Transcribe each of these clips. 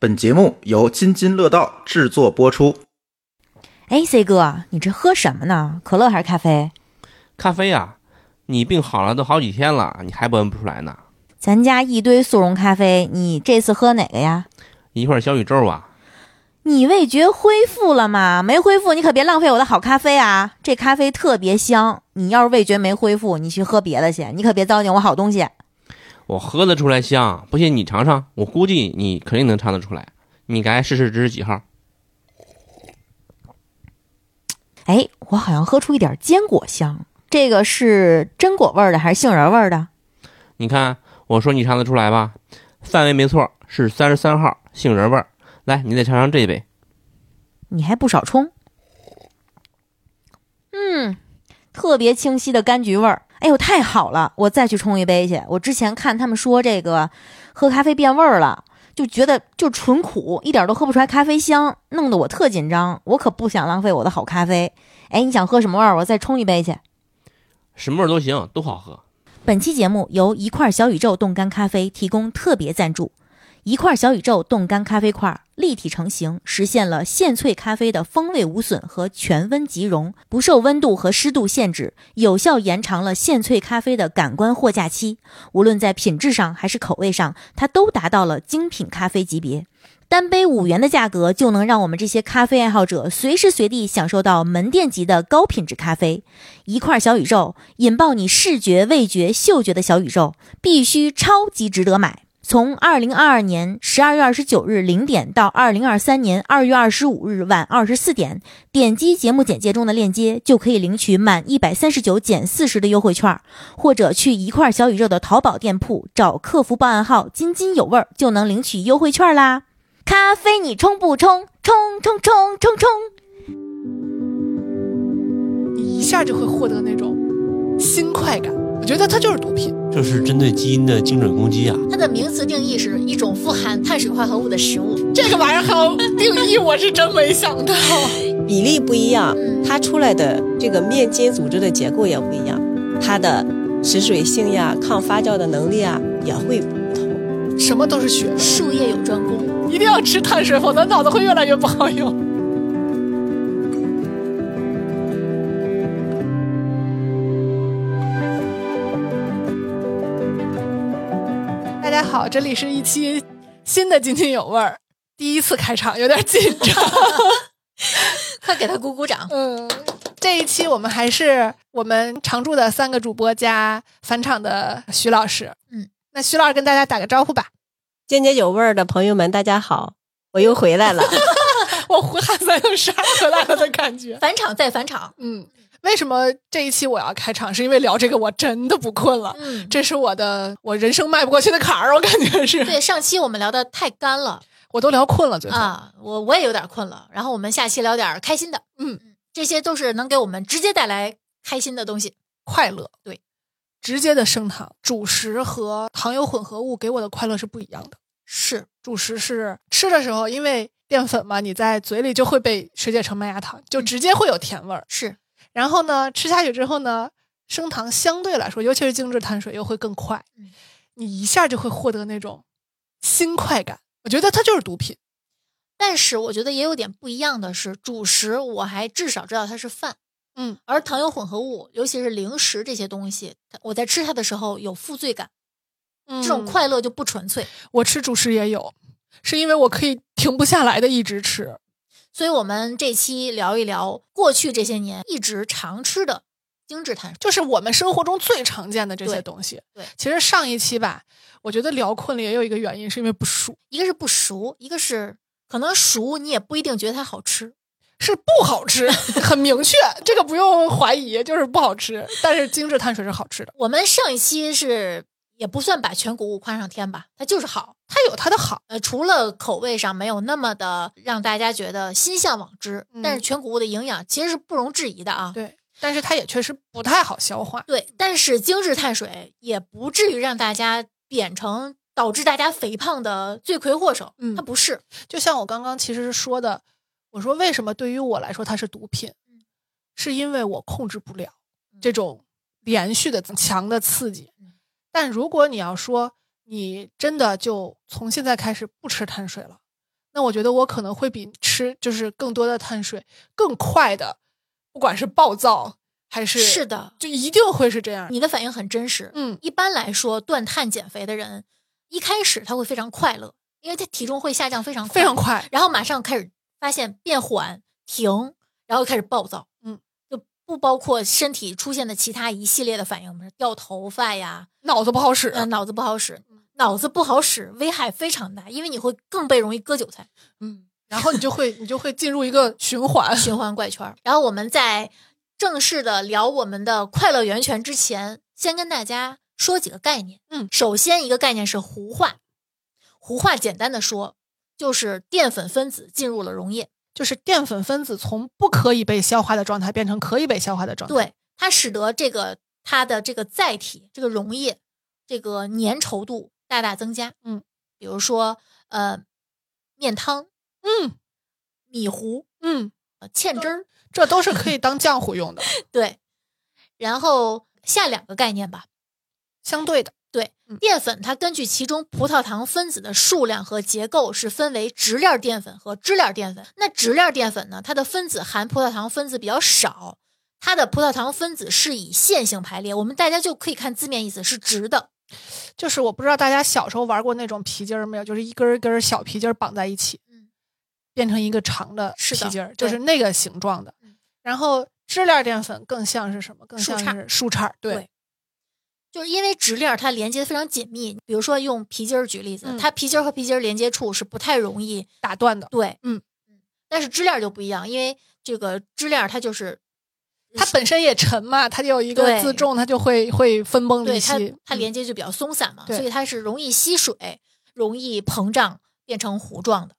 本节目由津津乐道制作播出。哎，C 哥，你这喝什么呢？可乐还是咖啡？咖啡啊，你病好了都好几天了，你还不闻不出来呢？咱家一堆速溶咖啡，你这次喝哪个呀？一块小宇宙啊，你味觉恢复了吗？没恢复，你可别浪费我的好咖啡啊！这咖啡特别香，你要是味觉没恢复，你去喝别的去，你可别糟践我好东西。我喝得出来香，不信你尝尝，我估计你肯定能尝得出来。你该试试这是几号？哎，我好像喝出一点坚果香，这个是榛果味儿的还是杏仁味儿的？你看，我说你尝得出来吧？范围没错，是三十三号杏仁味儿。来，你再尝尝这一杯，你还不少冲。嗯，特别清晰的柑橘味儿。哎呦，太好了！我再去冲一杯去。我之前看他们说这个喝咖啡变味儿了，就觉得就纯苦，一点都喝不出来咖啡香，弄得我特紧张。我可不想浪费我的好咖啡。哎，你想喝什么味儿？我再冲一杯去。什么味儿都行，都好喝。本期节目由一块小宇宙冻干咖啡提供特别赞助。一块小宇宙冻干咖啡块立体成型，实现了现萃咖啡的风味无损和全温即溶，不受温度和湿度限制，有效延长了现萃咖啡的感官货架期。无论在品质上还是口味上，它都达到了精品咖啡级别。单杯五元的价格就能让我们这些咖啡爱好者随时随地享受到门店级的高品质咖啡。一块小宇宙引爆你视觉、味觉、嗅觉的小宇宙，必须超级值得买。从二零二二年十二月二十九日零点到二零二三年二月二十五日晚二十四点，点击节目简介中的链接就可以领取满一百三十九减四十的优惠券，或者去一块小宇宙的淘宝店铺找客服报暗号“津津有味”就能领取优惠券啦！咖啡你冲不冲？冲冲冲冲冲！你一下就会获得那种新快感。我觉得它就是毒品。这是针对基因的精准攻击啊！它的名词定义是一种富含碳水化合物的食物。这个玩意儿还有定义，我是真没想到。比例不一样，它出来的这个面筋组织的结构也不一样，它的持水性呀、抗发酵的能力啊也会不同。什么都是学问，术业有专攻，一定要吃碳水，否则脑子会越来越不好用。大家好，这里是一期新的津津有味儿，第一次开场有点紧张。快给他鼓鼓掌。嗯，这一期我们还是我们常驻的三个主播加返场的徐老师。嗯，那徐老师跟大家打个招呼吧。津津有味儿的朋友们，大家好，我又回来了。我胡汉三又杀回来了的感觉。返场再返场。 嗯，为什么这一期我要开场？是因为聊这个我真的不困了，嗯，这是我的我人生迈不过去的坎儿，我感觉是，对，上期我们聊的太干了我都聊困了，最后。啊，我我也有点困了。然后我们下期聊点开心的。嗯，这些都是能给我们直接带来开心的东西。快乐，对，直接的升糖，主食和糖油混合物给我的快乐是不一样的。是，主食是吃的时候，因为淀粉嘛，你在嘴里就会被水解成麦芽糖，嗯就直接会有甜味儿。是，然后呢，吃下去之后呢，升糖相对来说，尤其是精致碳水又会更快嗯，你一下就会获得那种新快感。我觉得它就是毒品，但是我觉得也有点不一样的是，主食我还至少知道它是饭，嗯，而糖油混合物，尤其是零食这些东西，它我在吃它的时候有负罪感，这种快乐就不纯粹。嗯我吃主食也有，是因为我可以停不下来的一直吃。所以，我们这期聊一聊过去这些年一直常吃的精致碳水。就是我们生活中最常见的这些对东西。对其实上一期吧，我觉得聊困了也有一个原因，是因为不熟，一个是不熟，一个是可能熟，你也不一定觉得它好吃。是不好吃，很明确，这个不用怀疑，就是不好吃。但是精致碳水是好吃的，我们上一期是也不算把全谷物夸上天吧，它就是好。它有它的好。呃，除了口味上没有那么的让大家觉得心向往之，嗯但是全谷物的营养其实是不容置疑的啊。对，但是它也确实不太好消化。对，但是精致碳水也不至于让大家贬成导致大家肥胖的罪魁祸首。嗯它不是。就像我刚刚其实是说的，我说为什么对于我来说它是毒品，嗯是因为我控制不了这种连续的强的刺激嗯。但如果你要说你真的就从现在开始不吃碳水了，那我觉得我可能会比吃就是更多的碳水更快的，不管是暴躁还是是，的，就一定会是这样。你的反应很真实。嗯，一般来说，断碳减肥的人一开始他会非常快乐，因为他体重会下降非常快非常 快。然后马上开始发现变缓、停，然后开始暴躁，嗯，就不包括身体出现的其他一系列的反应，比如掉头发呀，脑子不好使。呃，脑子不好使，嗯脑子不好使，危害非常大，因为你会更被容易割韭菜，嗯，然后你就会你就会进入一个循环。循环怪圈儿。然后我们在正式的聊我们的快乐源泉之前，先跟大家说几个概念。嗯首先一个概念是糊化，糊化简单的说就是淀粉分子进入了溶液。就是淀粉分子从不可以被消化的状态变成可以被消化的状态。，对，它使得这个它的这个载体、这个溶液、这个粘稠度大大增加。嗯，比如说呃，面汤、嗯米糊、嗯，呃芡汁儿，这都是可以当浆糊 用的，对。然后下两个概念吧，相对的。对，嗯淀粉它根据其中葡萄糖分子的数量和结构是分为直链淀粉和支链淀粉。那直链淀粉呢，它的分子含葡萄糖分子比较少，它的葡萄糖分子是以线性排列，我们大家就可以看字面意思是直的。就是我不知道大家小时候玩过那种皮筋儿没有，就是一根儿一根儿小皮筋儿绑在一起，嗯变成一个长的是的皮筋儿，就对是那个形状的嗯。然后支链淀粉更像是什么？更树像杈是树杈儿。对对，就是因为直链儿它连接得非常紧密，比如说用皮筋儿举例子，嗯它皮筋儿和皮筋儿连接处是不太容易打断的，对，嗯但是支链儿就不一样，因为这个支链儿它嗯就是它本身也沉嘛，它有一个对自重，它就会会分崩离对它析。它嗯连接就比较松散嘛，对所以它是容易吸水、容易膨胀变成糊状的。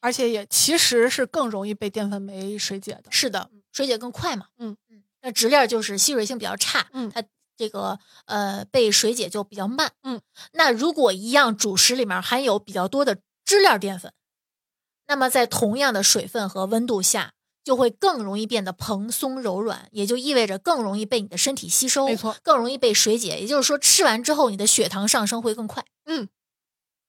而且也其实是更容易被淀粉酶水解的。是的，水解更快嘛。嗯嗯，那直链儿就是吸水性比较差，嗯它这个呃被水解就比较慢。嗯，那如果一样主食里面含有比较多的支链淀粉，那么在同样的水分和温度下。就会更容易变得蓬松柔软，也就意味着更容易被你的身体吸收，没错，更容易被水解。也就是说，吃完之后你的血糖上升会更快。嗯，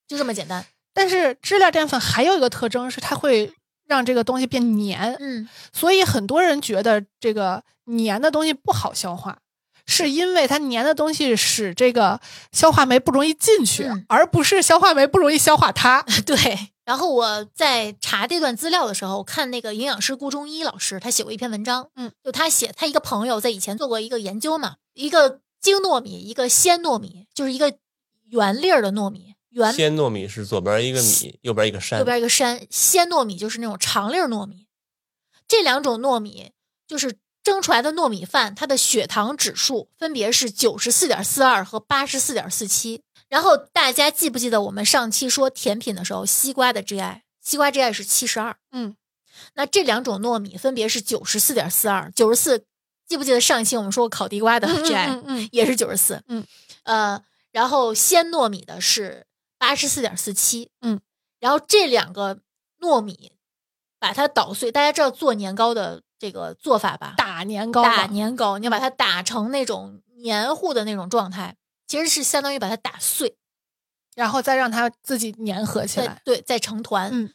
就这么简单。但是支链淀粉还有一个特征是它会让这个东西变黏，嗯，所以很多人觉得这个黏的东西不好消化，是因为它黏的东西使这个消化酶不容易进去，嗯而不是消化酶不容易消化它。 对，然后我在查这段资料的时候，我看那个营养师顾中医老师，他写过一篇文章，嗯，就他写他一个朋友在以前做过一个研究嘛，一个精糯米，一个鲜糯米，就是一个圆粒儿的糯米，圆鲜糯米是左边一个米，右边一个山右，边一个山，鲜糯米就是那种长粒儿糯米，这两种糯米就是蒸出来的糯米饭，它的血糖指数分别是九十四点四二和八十四点四七。然后大家记不记得我们上期说甜品的时候，西瓜的 GI，西瓜 GI 是七十二，嗯，那这两种糯米分别是九十四点四二、九十四，记不记得上一期我们说过烤地瓜的 GI？、嗯嗯也是九十四，嗯，呃，然后鲜糯米的是八十四点四七，嗯，然后这两个糯米把它捣碎，大家知道做年糕的这个做法吧？打年糕嘛，嗯打年糕，你要把它打成那种黏糊的那种状态，其实是相当于把它打碎，然后再让它自己粘合起再来。对再成团，嗯。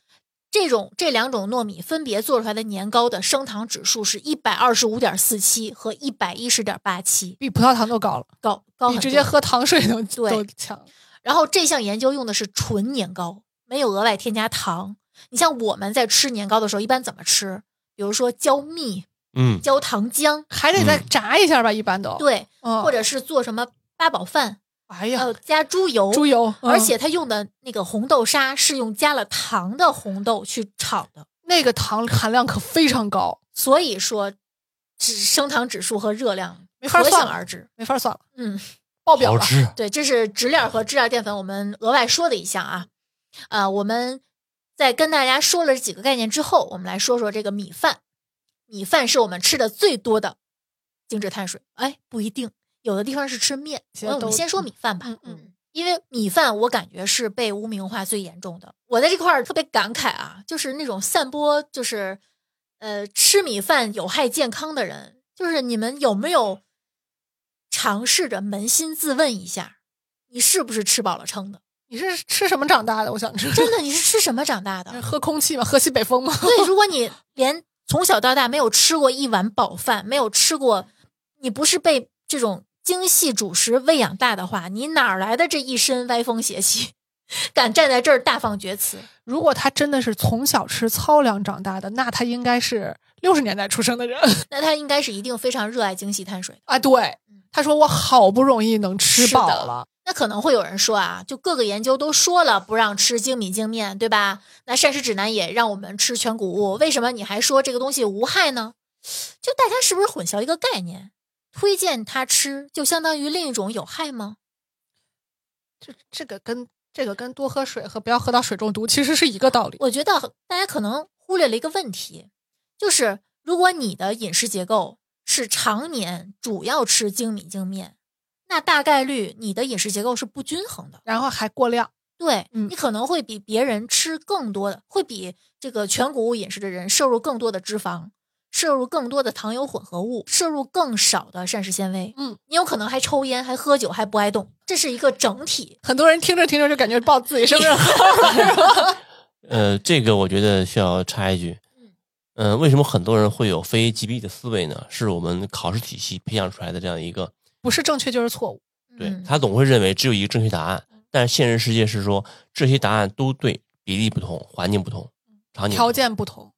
这种这两种糯米分别做出来的年糕的升糖指数是一百二十五点四七和一百一十点八七，比葡萄糖都高了，高高比很直多接喝糖水都对都强。然后这项研究用的是纯年糕，没有额外添加糖。你像我们在吃年糕的时候，一般怎么吃？比如说浇蜜、嗯，浇糖浆，还得再炸一下吧，一般都。，对，嗯、或者是做什么八宝饭，哎呀，呃，加猪油，猪油，嗯而且他用的那个红豆沙是用加了糖的红豆去炒的，那个糖含量可非常高，所以说，指升糖指数和热量没法可算想了而知。没法算了，嗯，爆表好了。吃，对，这是直链儿和支链淀粉，我们额外说的一项啊。呃，我们在跟大家说了几个概念之后，我们来说说这个米饭。米饭是我们吃的最多的精致碳水，哎，不一定，有的地方是吃面。其所实以我都们先说米饭吧，嗯嗯嗯，因为米饭我感觉是被污名化最严重的。我在这块儿特别感慨啊，就是那种散播就是呃吃米饭有害健康的人，就是你们有没有尝试着扪心自问一下，你是不是吃饱了撑的？你是吃什么长大的？我想知道真，的，你是吃什么长大的？喝空气吗？喝西北风吗？对，如果你连从小到大没有吃过一碗饱饭，没有吃过，你不是被这种精细主食喂养大的话，你哪儿来的这一身歪风邪气？敢站在这儿大放厥词？ 如果他真的是从小吃糙粮长大的，那他应该是六十年代出生的人那他应该是一定非常热爱精细碳水的。 啊。对，他说我好不容易能吃饱是的了，那可能会有人说啊，就各个研究都说了不让吃精米精面，对吧？那膳食指南也让我们吃全谷物，为什么你还说这个东西无害呢？就大家是不是混淆一个概念？推荐他吃，就相当于另一种有害吗？这这个跟这个跟多喝水和不要喝到水中毒其实是一个道理。我觉得大家可能忽略了一个问题，就是如果你的饮食结构是常年主要吃精米精面，那大概率你的饮食结构是不均衡的。然后还过量，对、嗯你可能会比别人吃更多的，会比这个全谷物饮食的人摄入更多的脂肪，摄入更多的糖油混合物，摄入更少的膳食纤维。嗯，你有可能还抽烟，还喝酒，还不爱动，这是一个整体。很多人听着听着就感觉报自己生 日了。呃，这个我觉得需要插一句，嗯、为什么很多人会有非 GB 的思维呢？是我们考试体系培养出来的这样一个，不是正确就是错误。对嗯他总会认为只有一个正确答案，但是现实世界是说这些答案都对，比例不同，环境不同，场景不同条件不同，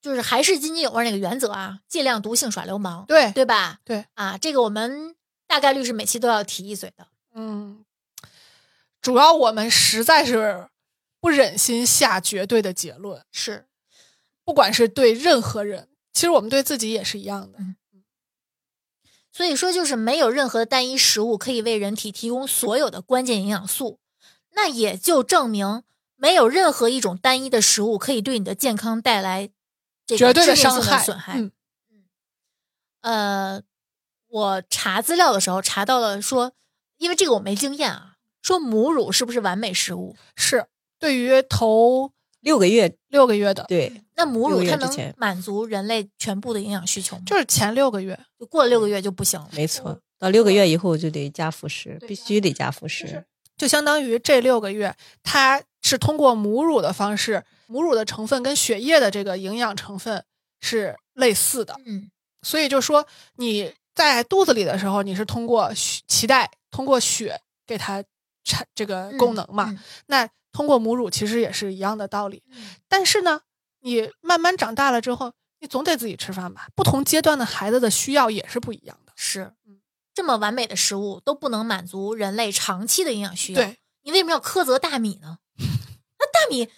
就是还是津津有味那个原则啊，尽量毒性耍流氓，对，对吧？哎对啊，这个我们大概率是每期都要提一嘴的。嗯，主要我们实在是不忍心下绝对的结论，是，不管是对任何人，其实我们对自己也是一样的。嗯所以说，就是没有任何单一食物可以为人体提供所有的关键营养素，那也就证明没有任何一种单一的食物可以对你的健康带来这个绝对致的命性伤的害，损害。嗯，呃，我查资料的时候查到了说，因为这个我没经验啊，说母乳是不是完美食物？是对于头六个月，六个月的，对，那母六乳个月它之能前满足人类全部的营养需求吗？就是嗯前六个月，就过了六个月就不行了。没错，到六个月以后就得加辅食，必须得加辅食。就相当于这六个月，它是通过母乳的方式，母乳的成分跟血液的这个营养成分是类似的，嗯，所以就说你在肚子里的时候，你是通过血脐带，通过血给它产这个嗯功能嘛，嗯那通过母乳其实也是一样的道理。嗯但是呢，你慢慢长大了之后，你总得自己吃饭吧，不同阶段的孩子的需要也是不一样的。是，这么完美的食物都不能满足人类长期的营养需要，对，你为什么要苛责大米呢？ 那大米，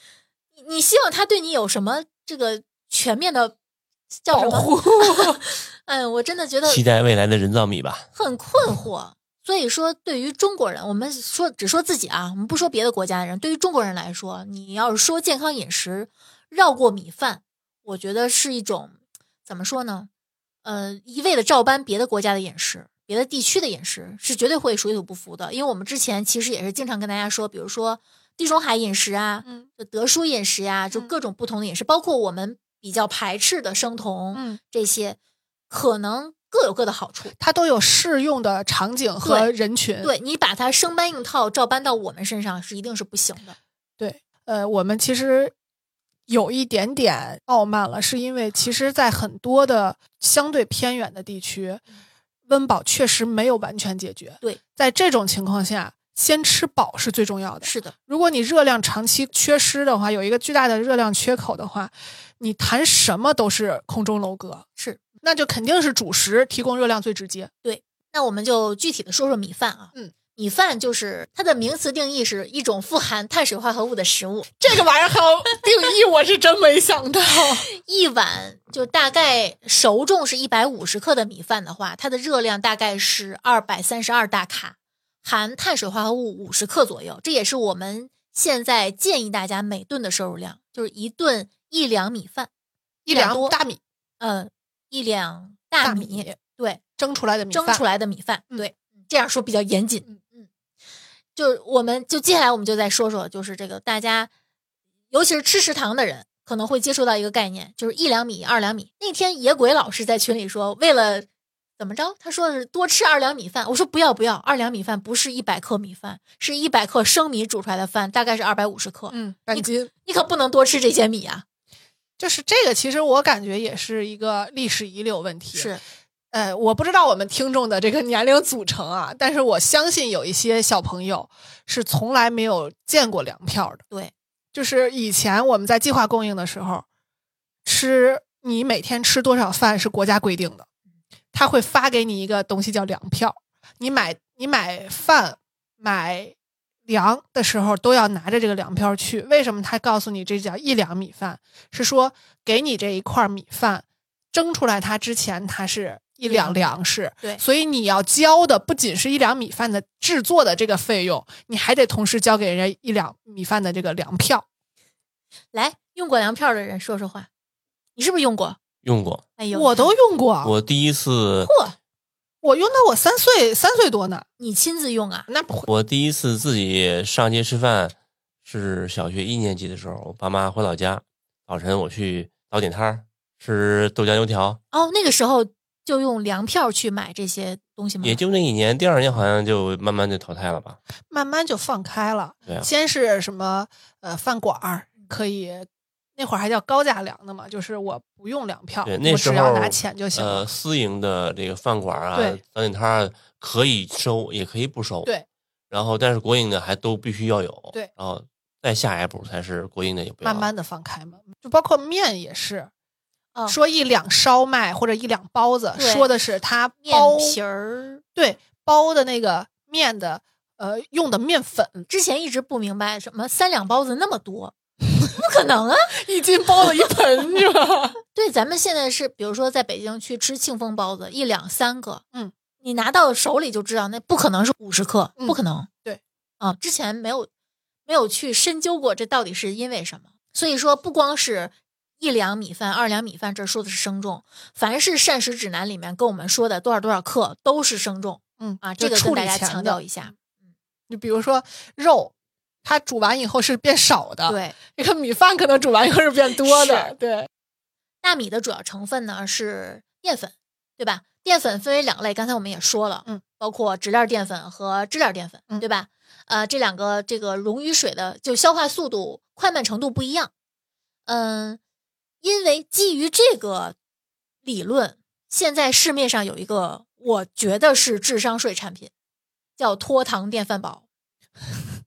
你你希望它对你有什么这个全面的叫什么？ 哎，我真的觉得期待未来的人造米吧。很困惑。所以说，对于中国人，我们说只说自己啊，我们不说别的国家的人。对于中国人来说，你要是说健康饮食，绕过米饭，我觉得是一种怎么说呢？呃，一味的照搬别的国家的饮食，别的地区的饮食是绝对会水土不服的。因为我们之前其实也是经常跟大家说，比如说地中海饮食啊，嗯就德叔饮食呀、就嗯各种不同的饮食，包括我们比较排斥的生酮，嗯，这些，可能各有各的好处。它都有适用的场景和对人群。对你把它生搬硬套照搬到我们身上是一定是不行的。对，呃，我们其实有一点点傲慢了，是因为其实，在很多的相对偏远的地区，温饱确实没有完全解决。嗯对，在这种情况下，先吃饱是最重要的。是的，如果你热量长期缺失的话，有一个巨大的热量缺口的话，你谈什么都是空中楼阁。是，那就肯定是主食提供热量最直接。那我们就具体的说说米饭啊。嗯，米饭就是它的名词定义是一种富含碳水化合物的食物，这个玩意儿还 有定义，我是真没想到。一碗就大概熟重是一百五十克的米饭的话，它的热量大概是二百三十二大卡，含碳水化合物五十克左右。这也是我们现在建议大家每顿的摄入量，就是一顿一两米饭，一两多大米嗯，一两大大米，米对，蒸出来的米蒸饭出来的米饭，嗯对，这样说比较严谨。嗯嗯，就我们就接下来我们就再说说，就是这个大家，尤其是吃食堂的人，可能会接触到一个概念，就是一两米、二两米。那天野鬼老师在群里说，为了怎怎么着？他说是多吃二两米饭。我说不要不要，二两米饭不是一百克米饭，是一百克生米煮出来的饭，大概是二百五十克。嗯，感你激。你可不能多吃这些米啊！就是这个，其实我感觉也是一个历史遗留问题。是，呃，我不知道我们听众的这个年龄组成啊，但是我相信有一些小朋友是从来没有见过粮票的。对，就是以前我们在计划供应的时候，吃你每天吃多少饭是国家规定的，他会发给你一个东西叫粮票，你买你买饭买。粮的时候都要拿着这个粮票去，为什么他告诉你这叫一两米饭？是说给你这一块米饭蒸出来，它之前它是一两粮食，对所以你要交的不仅是一两米饭的制作的这个费用，你还得同时交给人家一两米饭的这个粮票。来用过粮票的人说说话，你是不是用过？用过。哎呦，我都用过，我我第一次，用到我三岁三岁多呢，你亲自用啊？那不会我第一次自己上街吃饭是小学一年级的时候，我爸妈回老家，早晨我去早点摊儿吃豆浆油条，哦，那个时候就用粮票去买这些东西吗？也就那一年，第二年好像就慢慢就淘汰了吧。慢慢就放开了。对啊先是什么呃饭馆儿可以。那会儿还叫高价粮呢嘛，就是我不用粮票，对，那我时只候要拿钱就行了。呃，私营的这个饭馆啊对、早点摊儿可以收，也可以不收。对。然后，但是国营的还都必须要有。对然后再下一步才是国营的也不要。慢慢的放开嘛，就包括面也是，哦说一两烧麦或者一两包子，对说的是它面包皮儿。对包的那个面的呃用的面粉，之前一直不明白什么三两包子那么多，不可能啊！一斤包了一盆是吧？对，咱们现在是，比如说在北京去吃庆丰包子，一两三个，嗯，你拿到手里就知道那不可能是五十克，嗯不可能。对，啊，之前没有没有去深究过这到底是因为什么。所以说，不光是一两米饭、二两米饭，这说的是升重，凡是膳食指南里面跟我们说的多少多少克都是升重嗯啊，就这个处跟大理家前强的调一下。嗯你比如说肉，它煮完以后是变少的，，对，这个米饭可能煮完以后是变多的是，对，大米的主要成分呢是淀粉，对吧？淀粉分为两类，刚才我们也说了，嗯，包括直链淀粉和支链淀粉，嗯对吧？呃，这两个这个溶于水的就消化速度快慢程度不一样。嗯，因为基于这个理论，现在市面上有一个我觉得是智商税产品，叫脱糖电饭煲。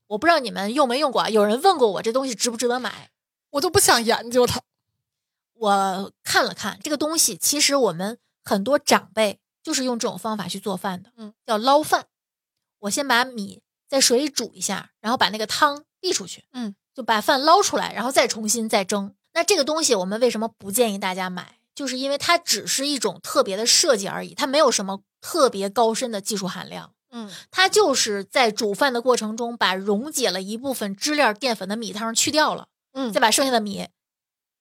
我不知道你们用没用过啊？有人问过我这东西值不值得买，我都不想研究它，我看了看这个东西，其实我们很多长辈就是用这种方法去做饭的，嗯，叫捞饭。我先把米在水里煮一下，然后把那个汤沥出去，嗯，就把饭捞出来，然后再重新再蒸。那这个东西我们为什么不建议大家买？就是因为它只是一种特别的设计而已，它没有什么特别高深的技术含量。嗯，它就是在煮饭的过程中，把溶解了一部分支链淀粉的米汤去掉了，嗯再把剩下的米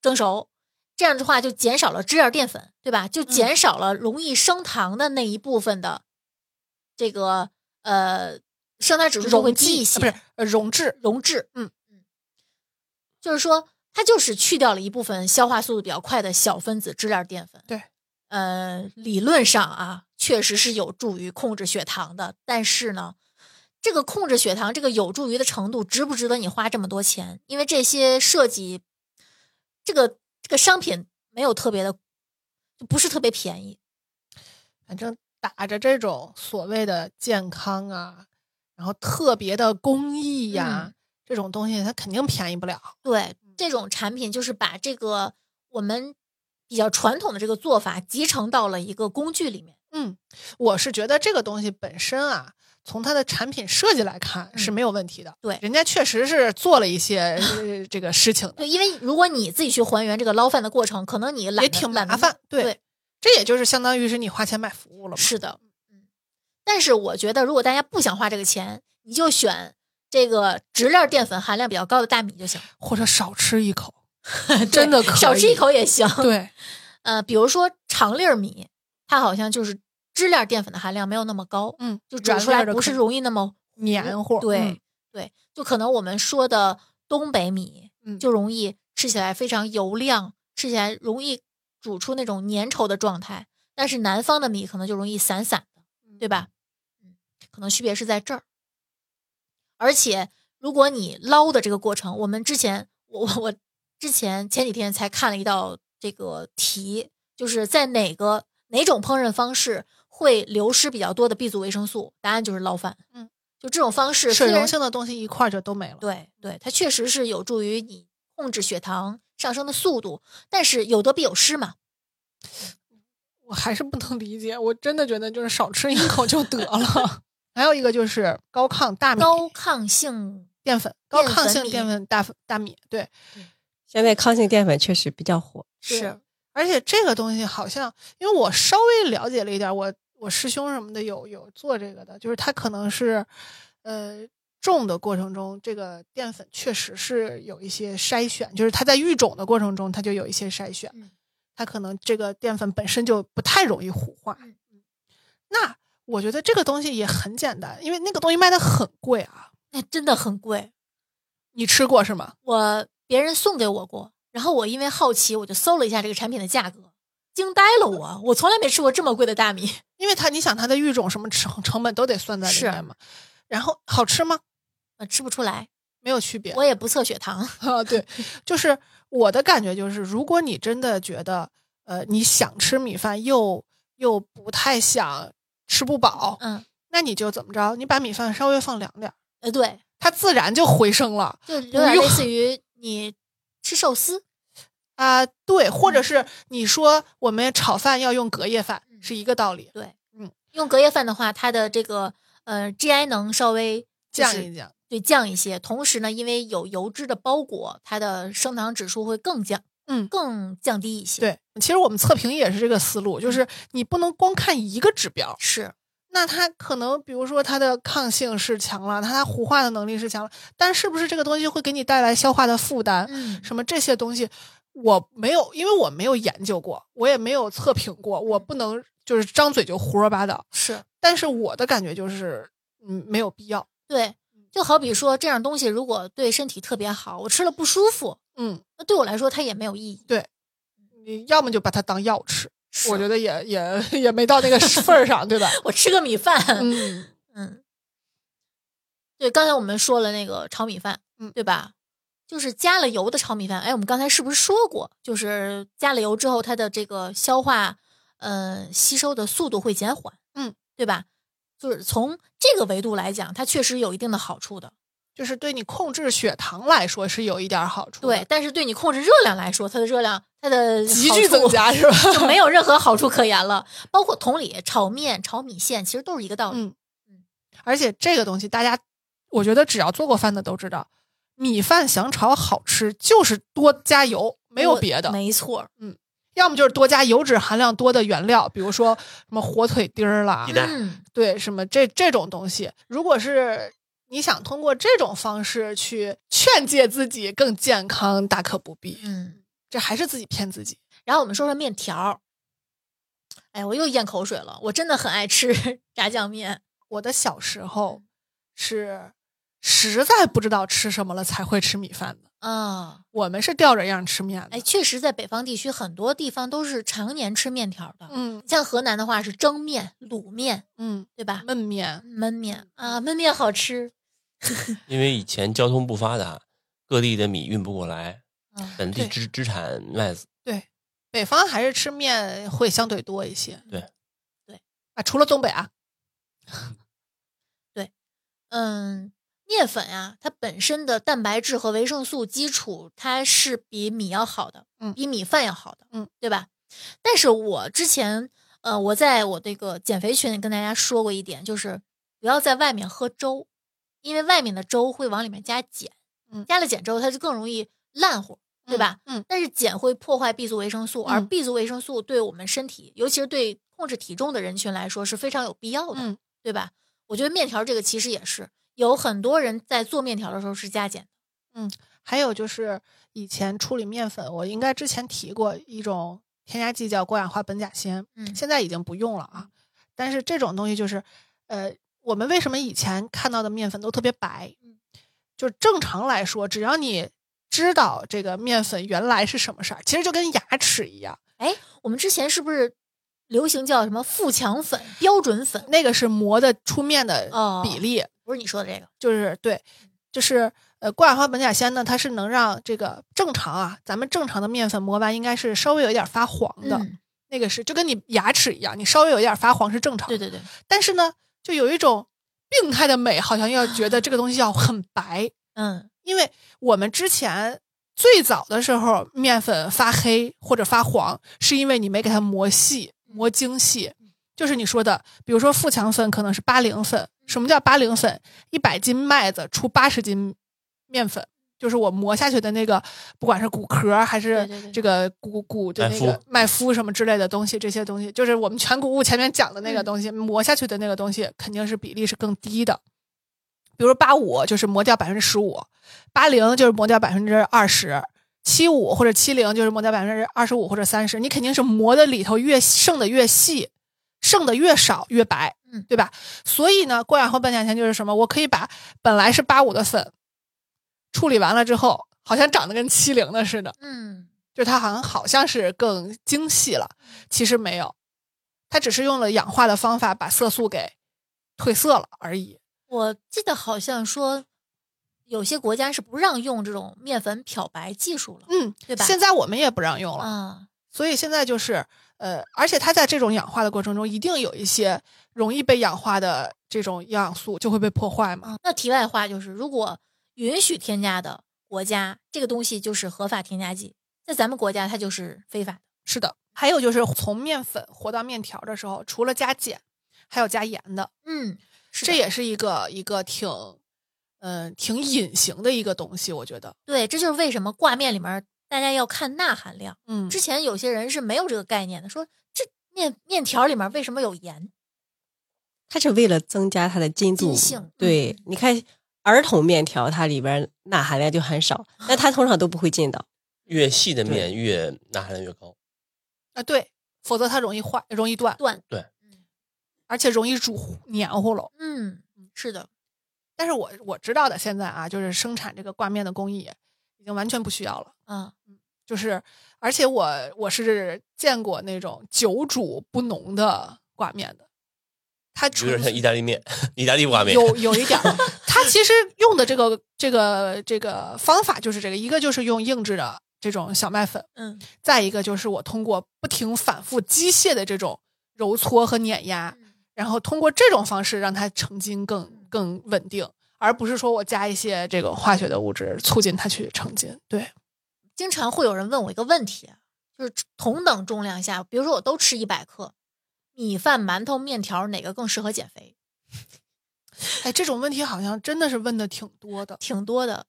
蒸熟，这样的话就减少了支链淀粉，对吧？就嗯减少了容易升糖的那一部分的这个呃升糖指数就会溶低剂一啊些，不是呃溶质，溶质，嗯嗯，就是说它就是去掉了一部分消化速度比较快的小分子支链淀粉。对，呃，理论上啊，确实是有助于控制血糖的，但是呢。这个控制血糖，这个有助于的程度，值不值得你花这么多钱？因为这些设计，这个这个商品没有特别的，就不是特别便宜。反正打着这种所谓的健康啊，然后特别的公益呀、嗯这种东西，它肯定便宜不了。对，嗯这种产品就是把这个我们比较传统的这个做法集成到了一个工具里面。嗯，我是觉得这个东西本身啊，从它的产品设计来看是没有问题的。嗯对人家确实是做了一些呃这个事情的，对，因为如果你自己去还原这个捞饭的过程，可能你懒也得挺懒麻得烦弄。对，对这也就是相当于是你花钱买服务了嘛。是的，嗯。但是我觉得，如果大家不想花这个钱，你就选这个直链淀粉含量比较高的大米就行，或者少吃一口， 真的对可以少吃一口也行。对，呃，比如说长粒儿米，它好像就是支链淀粉的含量没有那么高，嗯，就煮原出来味的不是可容易那么黏糊。对、嗯对，就可能我们说的东北米，嗯就容易吃起来非常油亮，吃起来容易煮出那种粘稠的状态。但是南方的米可能就容易散散的，对吧？嗯，可能区别是在这儿。而且，如果你捞的这个过程，我们之前我我我之前前几天才看了一道这个题，就是在哪个哪种烹饪方式会流失比较多的 B 族维生素？答案就是捞饭。嗯，就这种方式，虽水然溶性的东西一块儿就都没了。对对，它确实是有助于你控制血糖上升的速度，但是有得必有失嘛。我还是不能理解，我真的觉得就是少吃一口就得 了。 还有一个就是高抗大米、高抗性淀粉、高淀抗粉性米淀粉大粉大米，对，现在抗性淀粉确实比较火，是。而且这个东西好像，因为我稍微了解了一点，我我师兄什么的有有做这个的，就是他可能是，呃，种的过程中，这个淀粉确实是有一些筛选，就是他在育种的过程中，他就有一些筛选嗯，他可能这个淀粉本身就不太容易糊化嗯。那我觉得这个东西也很简单，因为那个东西卖的很贵啊。那哎真的很贵。你吃过是吗？我别人送给我过，然后我因为好奇，我就搜了一下这个产品的价格，惊呆了我，我从来没吃过这么贵的大米。因为它你想它的育种什么成成本都得算在里是面嘛。然后好吃吗？呃吃不出来，没有区别。我也不测血糖。啊，对，就是我的感觉就是，如果你真的觉得，呃，你想吃米饭又又不太想吃不饱，嗯，那你就怎么着？你把米饭稍微放凉点儿，呃，对，它自然就回升了就有点类用似于你吃寿司，啊、对，或者是你说我们炒饭要用隔夜饭嗯是一个道理，对，嗯，用隔夜饭的话，它的这个呃 GI 能稍微就是降一降。对降一些，同时呢，因为有油脂的包裹，它的升糖指数会更降，嗯更降低一些。，对，其实我们测评也是这个思路，就是你不能光看一个指标，嗯是那它可能，比如说它的抗性是强了，它它糊化的能力是强了，但是不是这个东西会给你带来消化的负担？嗯什么这些东西，我没有，因为我没有研究过，我也没有测评过，我不能嗯就是张嘴就胡说八道。是，但是我的感觉就是，嗯，没有必要。对，就好比说这样东西如果对身体特别好，我吃了不舒服，嗯，那对我来说它也没有意义。你要么就把它当药吃，是我觉得也也也没到那个份儿上，对 吧？我吃个米饭， 嗯，嗯，对，刚才我们说了那个炒米饭，嗯对吧？就是加了油的炒米饭，哎，我们刚才是不是说过，就是加了油之后，它的这个消化，呃，吸收的速度会减缓，嗯，对吧？就 是从这个维度来讲，它确实有一定的好处的，就是对你控制血糖来说是有一点儿好处的，对。但是对你控制热量来说，它的热量，它的 急好剧处增加是吧？ 就没有任何好处可言了。包括同理，炒面、炒米线其实都是一个道理。嗯，而且这个东西，大家我觉得只要做过饭的都知道，米饭想炒好吃就是多加油，没有我别的，没错儿。要么就是多加油脂含量多的原料，比如说什么火腿丁儿啦鸡，蛋嗯，对，什么这这种东西。如果是你想通过这种方式去劝诫自己更健康，大可不必，嗯。这还是自己骗自己。然后我们说说面条儿。哎，我又咽口水了，我真的很爱吃 炸酱面。我的小时候是实在不知道吃什么了才会吃米饭的，啊、我们是吊着样吃面的。哎，确实，在北方地区，很多地方都是常年吃面条儿的。嗯像河南的话是蒸面、卤面，嗯，对吧？焖面，焖面啊，焖面好吃。因为以前交通不发达，各地的米运不过来，啊，本地对只只产麦子。北方还是吃面会相对多一些。对，对啊，除了东北啊，嗯，面粉啊，它本身的蛋白质和维生素基础，它是比米要好的，嗯比米饭要好的，嗯，对吧？但是我之前，呃，我在我这个减肥群里跟大家说过一点，就是不要在外面喝粥，因为外面的粥会往里面加碱，嗯加了碱之后，它就更容易烂乎，对吧？嗯？嗯，但是碱会破坏 B 族维生素，而嗯 B 族维生素对我们身体，尤其是对控制体重的人群来说是非常有必要的，嗯对吧？我觉得面条这个其实也是有很多人在做面条的时候是加碱，还有就是以前处理面粉，我应该之前提过一种添加剂叫过氧化苯甲酰，嗯现在已经不用了啊。但是这种东西就是，呃，我们为什么以前看到的面粉都特别白？嗯就正常来说，只要你知道这个面粉原来是什么色儿，其实就跟牙齿一样。我们之前是不是流行叫什么富强粉、标准粉，那个是磨的出面的哦嗯比例，不是你说的这个。就是对，就是呃，过氧化苯甲酰呢，它是能让这个正常啊，咱们正常的面粉磨完应该是稍微有一点发黄的，嗯，那个是就跟你牙齿一样，你稍微有一点发黄是正常的。对对对，但是呢，就有一种病态的美，好像要觉得这个东西要很白，嗯因为我们之前最早的时候，面粉发黑或者发黄，是因为你没给它磨细、嗯磨精细。就是你说的，比如说富强粉可能是八零嗯粉，什么叫八零粉？一百斤麦子出八十斤面粉，就是我磨下去的那个，不管是骨壳还对对是对这个谷谷的那麦个麸麦麸什么之类的东西，这些东西就是我们全谷物前面讲的那个东西，磨下去的那个东西肯定是比例是更低的。比如八五就是磨掉百分之十五，八零就是磨掉百分之二十，七五或者七零就是磨掉百分之二十五或者三十，你肯定是磨的里头越剩的越细，剩的越少越白，嗯对吧？所以呢，过氧化苯甲醛就是什么？我可以把本来是八五的粉处理完了之后，好像长得跟七零的似的，嗯，就是它好像好像是更精细了，其实没有，它只是用了氧化的方法把色素给褪色了而已。我记得好像说有些国家是不让用这种面粉漂白技术了，嗯，对吧现在我们也不让用了，啊，所以现在就是呃，而且它在这种氧化的过程中，一定有一些容易被氧化的这种营养素就会被破坏嘛。啊，那题外话就是，如果允许添加的国家，这个东西就是合法添加剂，在咱们国家它就是非法的。是的，还有就是从面粉活到面条的时候，除了加碱，还有加盐的，嗯，是这的也是一个一个挺嗯、呃挺隐形的一个东西，我觉得。对，这就是为什么挂面里面大家要看钠含量。嗯之前有些人是没有这个概念的，说这面面条里面为什么有盐？它是为了增加它的筋度筋性对，你看儿童面条，它里边钠含量就很少，但它通常都不会进到。越细的面越钠含量越高。啊对，否则它容易坏，容易断，断，而且容易煮糊黏糊了。嗯，是的，但是我我知道的现在啊，就是生产这个挂面的工艺已经完全不需要了。嗯啊，就是而且我我是见过那种久煮不浓的挂面的，它有点纯像意大利 面，意大利挂面。有有一点儿，它其实用的这个这个这个方法就是这个，一个就是用硬质的这种小麦粉，嗯，再一个就是我通过不停反复机械的这种揉搓和碾压，然后通过这种方式让它成筋更更稳定。而不是说我加一些这个化学的物质促进它去成筋，对，经常会有人问我一个问题，就是同等重量下，比如说我都吃一百克，米饭、馒头、面条哪个更适合减肥？哎，这种问题好像真的是问的挺多的，挺多的，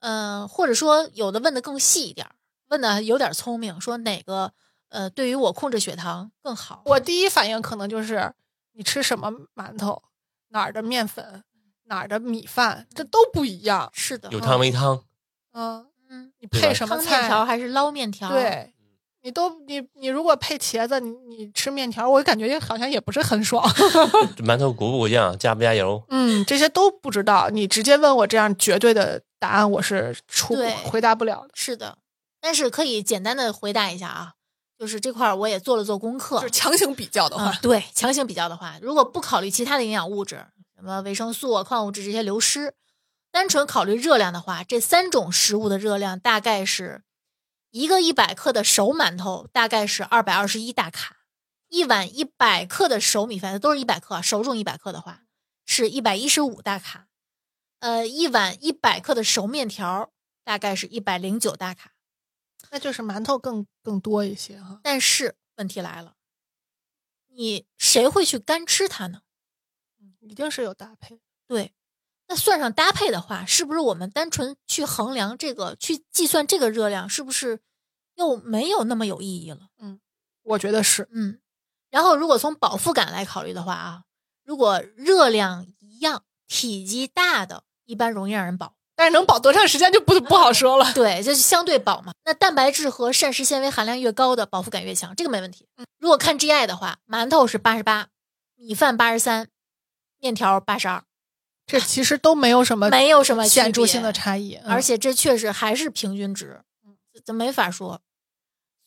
嗯、或者说有的问的更细一点儿，问的有点聪明，说哪个呃对于我控制血糖更好？我第一反应可能就是你吃什么馒头，哪儿的面粉，哪儿的米饭，这都不一样。是的，有汤没汤，嗯，嗯，你对配吧什么汤面菜？条还是捞面条？，啊对，你都你你如果配茄子，你你吃面条，我感觉也好像也不是很爽。 嗯这馒头裹不裹酱，加不加油？嗯，这些都不知道，你直接问我这样绝对的答案，我是出不对回答不了的。是的，但是可以简单的回答一下啊，就是这块儿我也做了做功课，强行比较的啊、对，强行比较的话，如果不考虑其他的营养物质，什么维生素啊、矿物质这些流失，单纯考虑热量的话，这三种食物的热量大概是一个一百克的熟馒头大概是二百二十一大卡，一碗一百克的熟米饭都是一百克啊，熟重一百克的话是一百一十五大卡，呃，一碗一百克的熟面条大概是一百零九大卡。那就是馒头更更多一些哈、但是问题来了，你谁会去干吃它呢？一定是有搭配。对，那算上搭配的话，是不是我们单纯去衡量这个，去计算这个热量，是不是又没有那么有意义了？我觉得是，嗯，然后如果从饱腹感来考虑的话啊，如果热量一样，体积大的，一般容易让人饱。但是能保多长时间就不不好说了。对，就是相对饱嘛。那蛋白质和膳食纤维含量越高的，饱腹感越强，这个没问题。如果看 GI 的话，馒头是八十八，米饭八十三，面条八十二，这其实都没有什么没有什么区显著性别的差异，嗯而且这确实还是平均值，这没法说。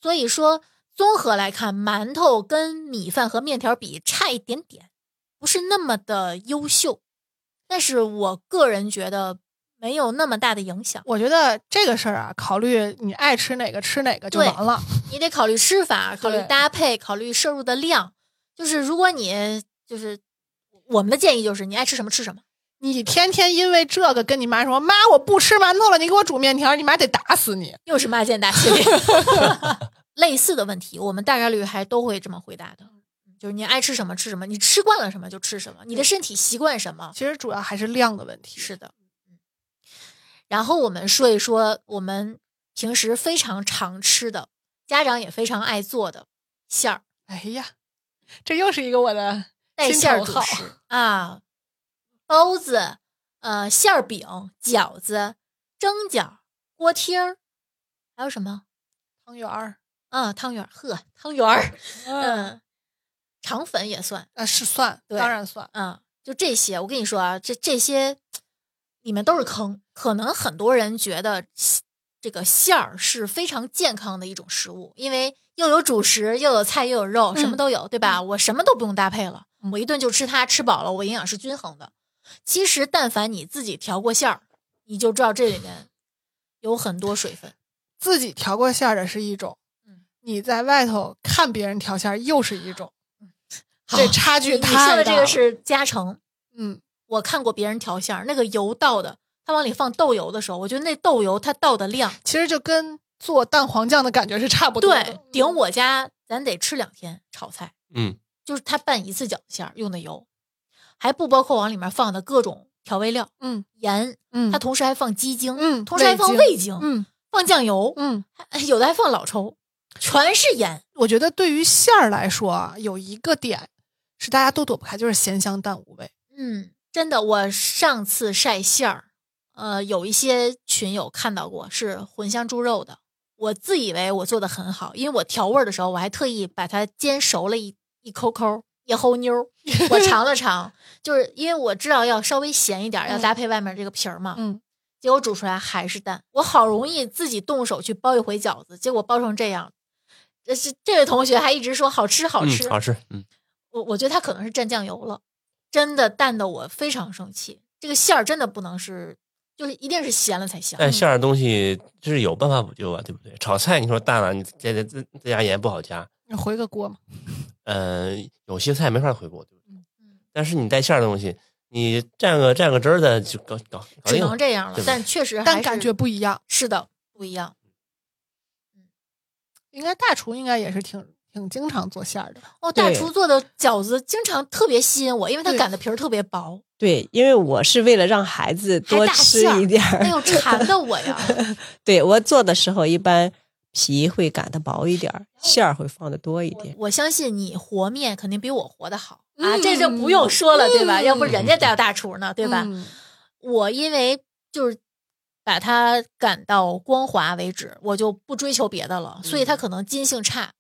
所以说，综合来看，馒头跟米饭和面条比差一点点，不是那么的优秀。但是我个人觉得没有那么大的影响，我觉得这个事儿啊，考虑你爱吃哪个吃哪个就对完了。你得考虑吃法，考虑对搭配，考虑摄入的量。就是如果你就是我们的建议就是你爱吃什么吃什么。你天天因为这个跟你妈说：“妈，我不吃馒头了，你给我煮面条。”你妈得打死你。又是骂剑大系 列，类似的问题，我们大概率还都会这么回答的，嗯就是你爱吃什么吃什么，你吃惯了什么就吃什么，你的身体习惯什么，其实主要还是量的问题。是的。嗯然后我们说一说我们平时非常常吃的，家长也非常爱做的馅儿，哎呀，这又是一个我的 带馅儿心主头好食啊，包子、呃馅儿饼、饺子、蒸饺、锅贴儿，还有什么？汤圆儿。啊，汤圆儿，呵，汤圆儿， 嗯，嗯，肠粉也算，啊，是算，对当然算。嗯，就这些。我跟你说啊，这这些里面都是坑。可能很多人觉得西这个馅儿是非常健康的一种食物，因为又有主食，又有菜，又有肉，嗯什么都有，对吧？我什么都不用搭配了，我一顿就吃它，吃饱了，我营养是均衡的。其实，但凡你自己调过馅儿，你就知道这里面有很多水分。自己调过馅儿的是一种嗯，你在外头看别人调馅儿又是一种，嗯好这差你距你太说大的这个了是加成，嗯，我看过别人调馅儿，那个油倒的，他往里放豆油的时候，我觉得那豆油它倒的量，其实就跟做蛋黄酱的感觉是差不多的。嗯对，顶我家咱得吃两天炒菜，嗯，就是他拌一次饺子馅儿用的油，还不包括往里面放的各种调味料，嗯盐，嗯他同时还放鸡精，嗯同时还放味味精，嗯放酱油，嗯，还哎有的还放老抽，全是盐，我觉得对于馅儿来说啊，有一个点是大家都躲不开，就是咸香淡无味。嗯，真的，我上次晒馅儿，呃，有一些群友看到过是茴香猪肉的，我自以为我做的很好，因为我调味儿的时候我还特意把它煎熟了一一抠抠一齁 妞儿，我尝了尝，就是因为我知道要稍微咸一点儿，要嗯搭配外面这个皮儿嘛，嗯，结果煮出来还是淡。我好容易自己动手去包一回饺子，结果包成这样，这是这位同学还一直说好吃好嗯吃，好吃，嗯，我我觉得他可能是蘸酱油了，真的淡的我非常生气。这个馅儿真的不能是，就是一定是咸了才香。但馅儿的东西就是有办法补救啊，对不对？炒菜你说淡了，你再再再再加盐不好加，你回个锅嘛。呃，有些菜没法回锅，对不对？嗯但是你带馅儿的东西，你蘸个蘸个汁儿的就搞搞搞只定能了。这样了对。吧但确实还是，但感觉不一样。是的不一样。应该大厨应该也是挺挺经常做馅儿的。哦，大对厨做的饺子经常特别吸引我，因为它对擀的皮儿特别薄，对，因为我是为了让孩子多还大吃馅儿一点儿。哎呦馋的我呀！对我做的时候，一般皮会擀的薄一点儿，馅儿会放的多一我点。我相信你和面肯定比我和的好啊，嗯这就不用说了，对吧？嗯要不人家叫大厨呢，对吧？嗯我因为就是把它擀到光滑为止，我就不追求别的了，嗯所以它可能筋性差，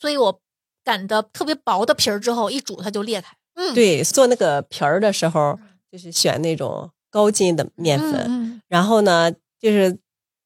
所以我擀的特别薄的皮儿之后一煮它就裂开。嗯，对，做那个皮儿的时候，就是选那种高筋的面嗯，粉，嗯然后呢，就是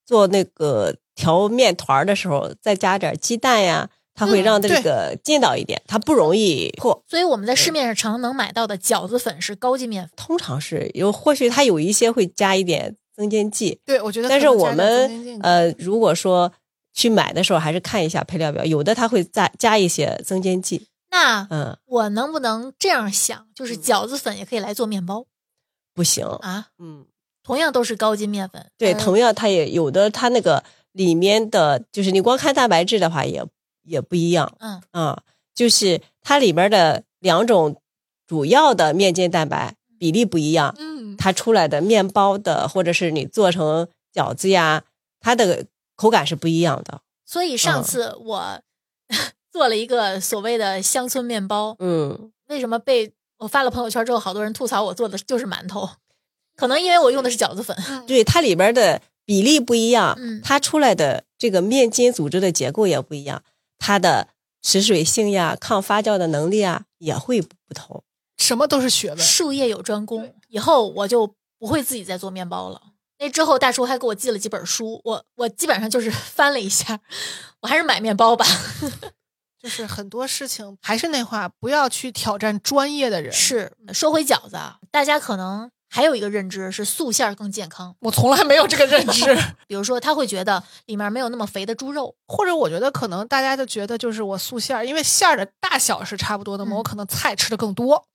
做那个调面团儿的时候，再加点鸡蛋呀，它会嗯让这对个筋道一点，它不容易破。所以我们在市面上常能买到的饺子粉是高筋面粉，通常是有，或许它有一些会加一点增鲜剂，对，我觉得但可是能我加点增们进剂呃，如果说去买的时候，还是看一下配料表，有的它会再加一些增鲜剂，那嗯，我能不能这样想，就是饺子粉也可以来做面包不行，啊？嗯，同样都是高筋面粉，对，呃嗯同样它也有的，它那个里面的就是你光看蛋白质的话也也不一样，嗯啊，就是它里面的两种主要的面筋蛋白比例不一样，嗯，它出来的面包的或者是你做成饺子呀，它的口感是不一样的，所以上次我 做了一个所谓的乡村面包，嗯，为什么被我发了朋友圈之后，好多人吐槽我做的就是馒头，可能因为我用的是饺子粉。对，它里边的比例不一样，嗯它出来的这个面筋组织的结构也不一样，它的持水性呀、抗发酵的能力啊也会不同。 什么都是学问。术业有专攻，以后我就不会自己再做面包了。那之后，大叔还给我寄了几本书，我我基本上就是 翻了一下，我还是买面包吧。就是很多事情还是那话，不要去挑战专业的人。是说回饺子，啊，大家可能还有一个认知是素馅儿更健康，我从来没有这个认 知，比如说他会觉得里面没有那么肥的猪肉，或者我觉得可能大家就觉得就是我素馅儿，因为馅儿的大小是差不多的嘛，嗯我可能菜吃的更多。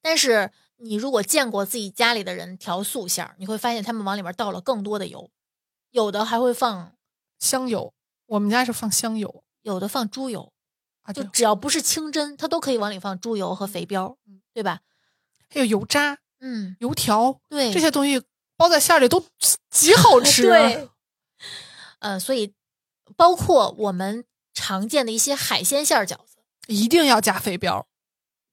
但是你如果见过自己家里的人调素馅儿，你会发现他们往里面倒了更多的油，有的还会放，香油，我们家是放香油有的放猪油，啊，就对，只要不是清真，它都可以往里放猪油和肥膘，对吧？还有油渣、嗯，油条对，这些东西包在馅儿里都极 好吃。啊对，呃，所以包括我们常见的一些海鲜馅儿饺子，一定要加肥膘。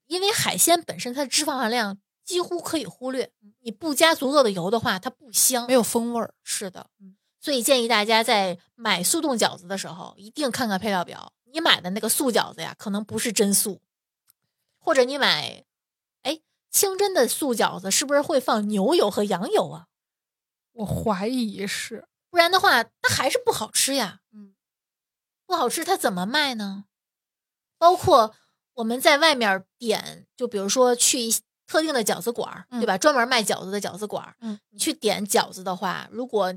因为海鲜本身它的脂肪含量几乎可以忽略，你不加足够的油的话，它不香，没有风味儿。是的，所以建议大家在买速冻饺子的时候，一定看看配料表。你买的那个素饺子呀，可能不是真素，或者你买，哎，清真的素饺子是不是会放牛油和羊油啊？我怀疑是不然的话，它还是不好吃呀。嗯，不好吃，它怎么卖呢？包括我们在外面点，就比如说去一特定的饺子馆儿，嗯对吧？专门卖饺子的饺子馆儿，嗯，你去点饺子的话，如果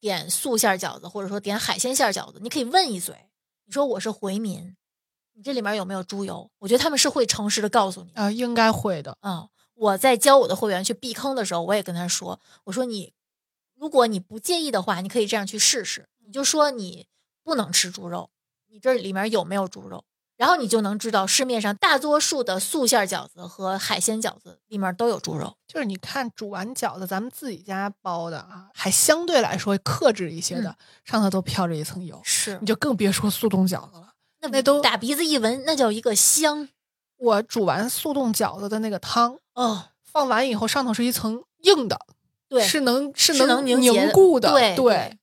点素馅儿饺子，或者说点海鲜馅儿饺子，你可以问一嘴，你说我是回民，你这里面有没有猪油？我觉得他们是会诚实的告诉你的。啊、应该会的。嗯，我在教我的会员去避坑的时候，我也跟他说，我说你如果你不介意的话，你可以这样去试试，你就说你不能吃猪肉，你这里面有没有猪肉，然后你就能知道市面上大多数的素馅儿饺子和海鲜饺子里面都有猪肉。就是你看煮完饺子，咱们自己家包的啊，还相对来说克制一嗯些的，上头都飘着一层油，是你，就更别说速冻饺子了。那那都打鼻子一闻，那叫一个香我煮完速冻饺子的那个汤，哦。放完以后上头是一层硬的，对，是能是是能能凝凝结的固的，对对，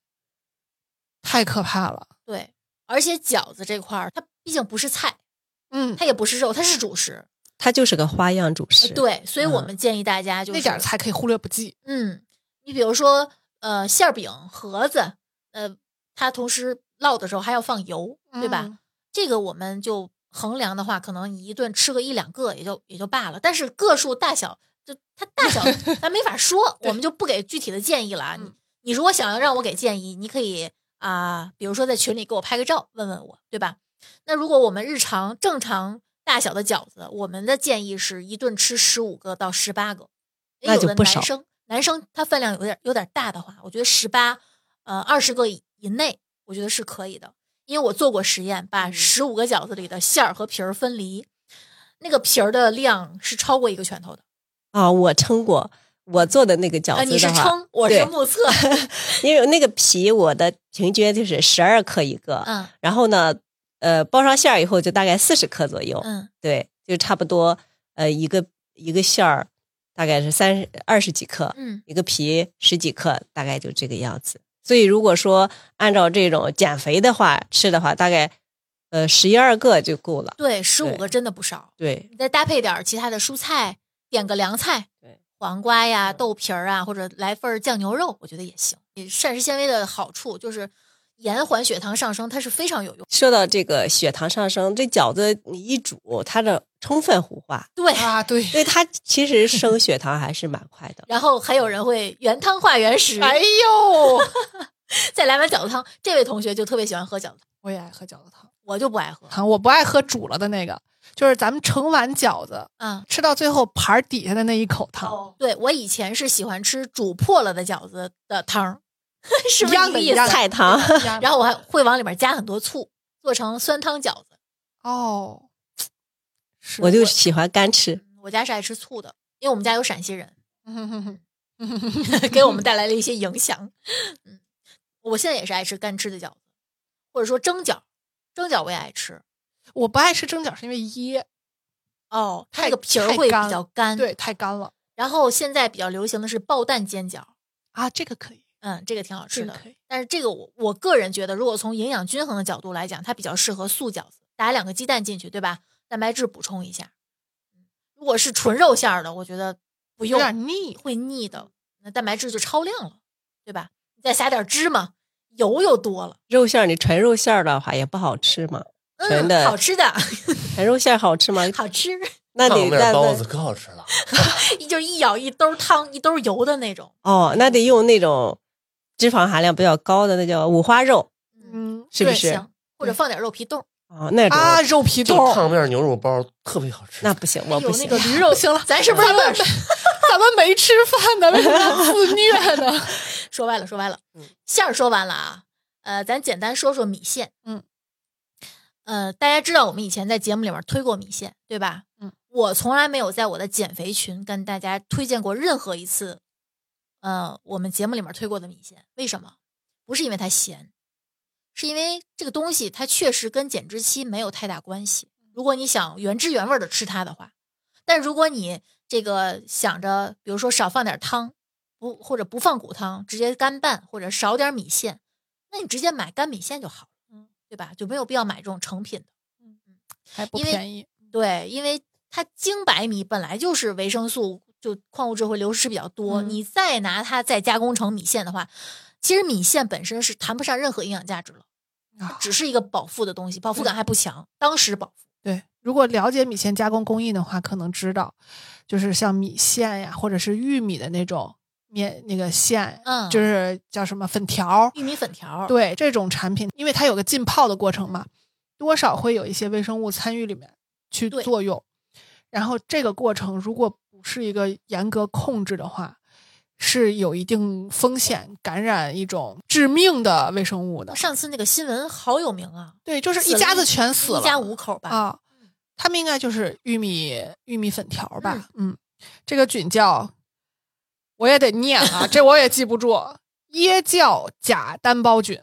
太可怕了。对，而且饺子这块儿，它毕竟不是菜，嗯，它也不是肉，它是主食。呃它就是个花样主食。，对，所以我嗯们建议大家就是那点儿菜可以忽略不计。嗯，你比如说，呃，馅儿饼盒子，呃，它同时烙的时候还要放油，对吧？嗯这个我们就衡量的话，可能你一顿吃个一两个也就也就罢了，但是个数大小，就它 大小咱没法说，我们就不给具体的建议了啊。你嗯你如果想要让我给建议，你可以啊、比如说在群里给我拍个照，问问我，对吧？那如果我们日常正常大小的饺子，我们的建议是一顿吃十五个到十八个。诶那就有的不少男生男生他饭量有点有点大的话，我觉得十八呃二十个以以内，我觉得是可以的。因为我做过实验，把嗯十五个饺子里的馅儿和皮儿分离，那个皮儿的量是超过一个拳头的。啊，我称过，我做的那个啊，饺你子是的话，称，我是对目测。因为那个皮我的平均就是十二克一个，嗯然后呢，呃，包上馅儿以后就大概四十克左右，嗯，对，就差不多呃一个一个馅儿大概是三十二十几克，嗯，一个皮十几克，大概就这个样子。所以如果说按照这种减肥的话吃的话，大概呃十一二个就够了。对，十五对个真的不少。对，你再搭配点儿其他的蔬菜，点个凉菜，对，黄瓜呀、嗯豆皮儿啊，或者来份儿酱牛肉，我觉得也行。膳食纤维的好处就是延缓血糖上升，它是非常有用。说到这个血糖上升，这饺子你一煮，它的充分糊化，对，啊，对， 对它其实升血糖还是蛮快的。然后还有人会原汤化原食，哎呦，再来碗饺子汤。这位同学就特别喜欢喝饺子， 我也爱喝饺子汤，我就不爱喝。啊，我不爱喝煮了的那个，就是咱们盛完饺子，嗯，哦吃到最后盘儿底下的那一口汤，对我以前是喜欢吃煮破了的饺子的汤儿， 是不是一样的一个一意思样？的菜汤，然后我还会往里面加很多醋，做成酸汤饺子。哦，是我就喜欢干吃。嗯我家是爱吃醋的，因为我们家有陕西人，我给我们带来了一些影响。嗯，我现在也是爱吃干吃的饺子，或者说蒸饺，蒸饺我也爱吃。 我不爱吃蒸饺，是因为噎，哦，它太那个皮儿太会比干较干。对，。太干了然后现在比较流行的是爆蛋煎饺，啊。这个可以，嗯，这个挺好吃这个的。可以，但是这个我我个人觉得，如果从营养均衡的角度来讲，它比较适合素饺子，打两个鸡蛋进去，对吧？蛋白质补充一下。如果是纯肉馅儿的，我觉得不有用，点腻。会腻的，那蛋白质就超量了。对吧？你再撒点芝麻，油又多了。肉馅儿你纯肉馅儿的话也不好吃嘛，纯的嗯、好吃的，纯肉馅儿好吃吗？ 好吃， 那得烫面那包那子可好吃了，就是一咬一兜汤，一兜油的那种。哦，那得用那种脂肪含量比较高的，那叫五花肉嗯，是不对是行，或嗯者放点肉皮冻，哦，那种、啊，肉皮就冻烫面牛肉包特别好吃。那不行，我有不那行。个驴肉。行了，咱是不是咱们 咱们没吃饭呢？为什么要自虐呢？说歪了，说歪了，嗯馅儿说完了啊。呃，咱简单说说米线。嗯，呃，大家知道我们以前在节目里面推过米线，对吧？嗯，我从来没有在我的减肥群跟大家推荐过任何一次，呃，我们节目里面推过的米线。为什么？不是因为它咸，是因为这个东西它确实跟减脂期没有太大关系。如果你想原汁原味的吃它的话，但如果你这个想着，比如说少放点汤，不或者不放骨汤，直接干拌或者少点米线，那你直接买干米线就好了，嗯，对吧？就没有必要买这种成品的。 还不因为便宜，对，因为它精白米本来就是维生素就矿物质会流失比较多，嗯你再拿它再加工成米线的话，其实米线本身是谈不上任何营养价值了，它啊只是一个饱腹的东西，饱腹感还不强，当时饱腹。对，如果了解米线加工工艺的话，可能知道，就是像米线呀，或者是玉米的那种面那个线，嗯就是叫什么粉条，玉米粉条，，对这种产品，因为它有个浸泡的过程嘛，多少会有一些微生物参与里面去对作用。然后这个过程如果不是一个严格控制的话，是有一定风险感染一种致命的微生物的。上次那个新闻好有名啊，对，就是死一了家一子全死了，一家五口吧，啊，他们应该就是玉米玉米粉条吧？嗯这个菌叫，我也得念啊，这我也记不住，椰叫假单胞菌，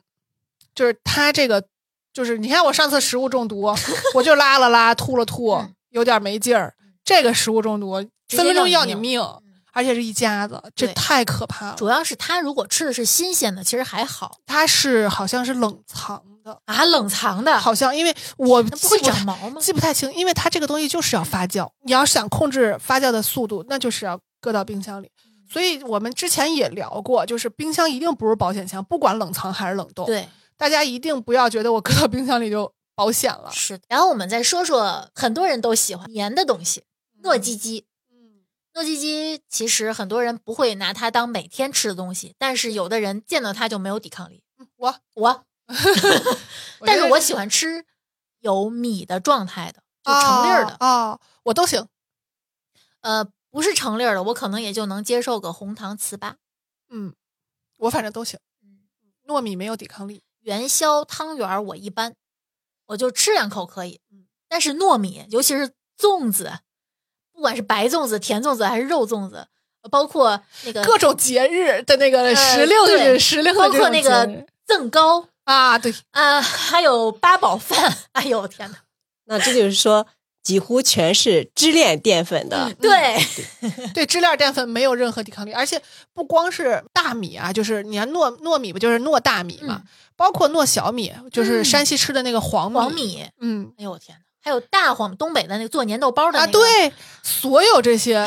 就是它这个，就是你看我上次食物中毒，我就拉了拉，吐了吐，嗯有点没劲儿，这个食物中毒直分接分钟要要你你命命。而且是一家子，这对太可怕主了。要是它如果吃的是新鲜的，其实还好它是好像是冷藏的，啊，冷藏的，好像因为我那不会记太长毛吗？记不太清，因为它这个东西就是要发酵，你要想控制发酵的速度，那就是要搁到冰箱里。嗯所以我们之前也聊过，就是冰箱一定不是保险箱，不管冷藏还是冷冻。，对，大家一定不要觉得我搁到冰箱里就保险了。是的。然后我们再说说很多人都喜欢黏的东西，糯叽叽。嗯，糯叽叽其实很多人不会拿它当每天吃的东西，但是有的人见到它就没有抵抗力。我，嗯我，但是觉得我喜欢吃有米的状态的，就成粒儿的。啊、哦我都行。呃，不是成粒儿的，我可能也就能接受个红糖糍粑、嗯，我反正都行。糯米没有抵抗力，元宵、汤圆儿，我一般，我就吃两口可以。嗯但是糯米，尤其是粽子，不管是白粽子、甜粽子还是肉粽子，包括那个各种节日的那个呃时令对日、时令的包这种括那节个日赠糕啊，对，啊、还有八宝饭。 哎呦我天嗯哪！那这就是说，几乎全是支链淀粉的。对，对支链淀粉没有任何抵抗力，而且不光是大米啊，就是你看糯糯米不就是糯大米嘛，嗯包括糯小米，就是嗯山西吃的那个黄米，黄米，嗯哎呦我天哪！还有大黄，东北的那个做粘豆包的、那啊，个、，对，所有这些，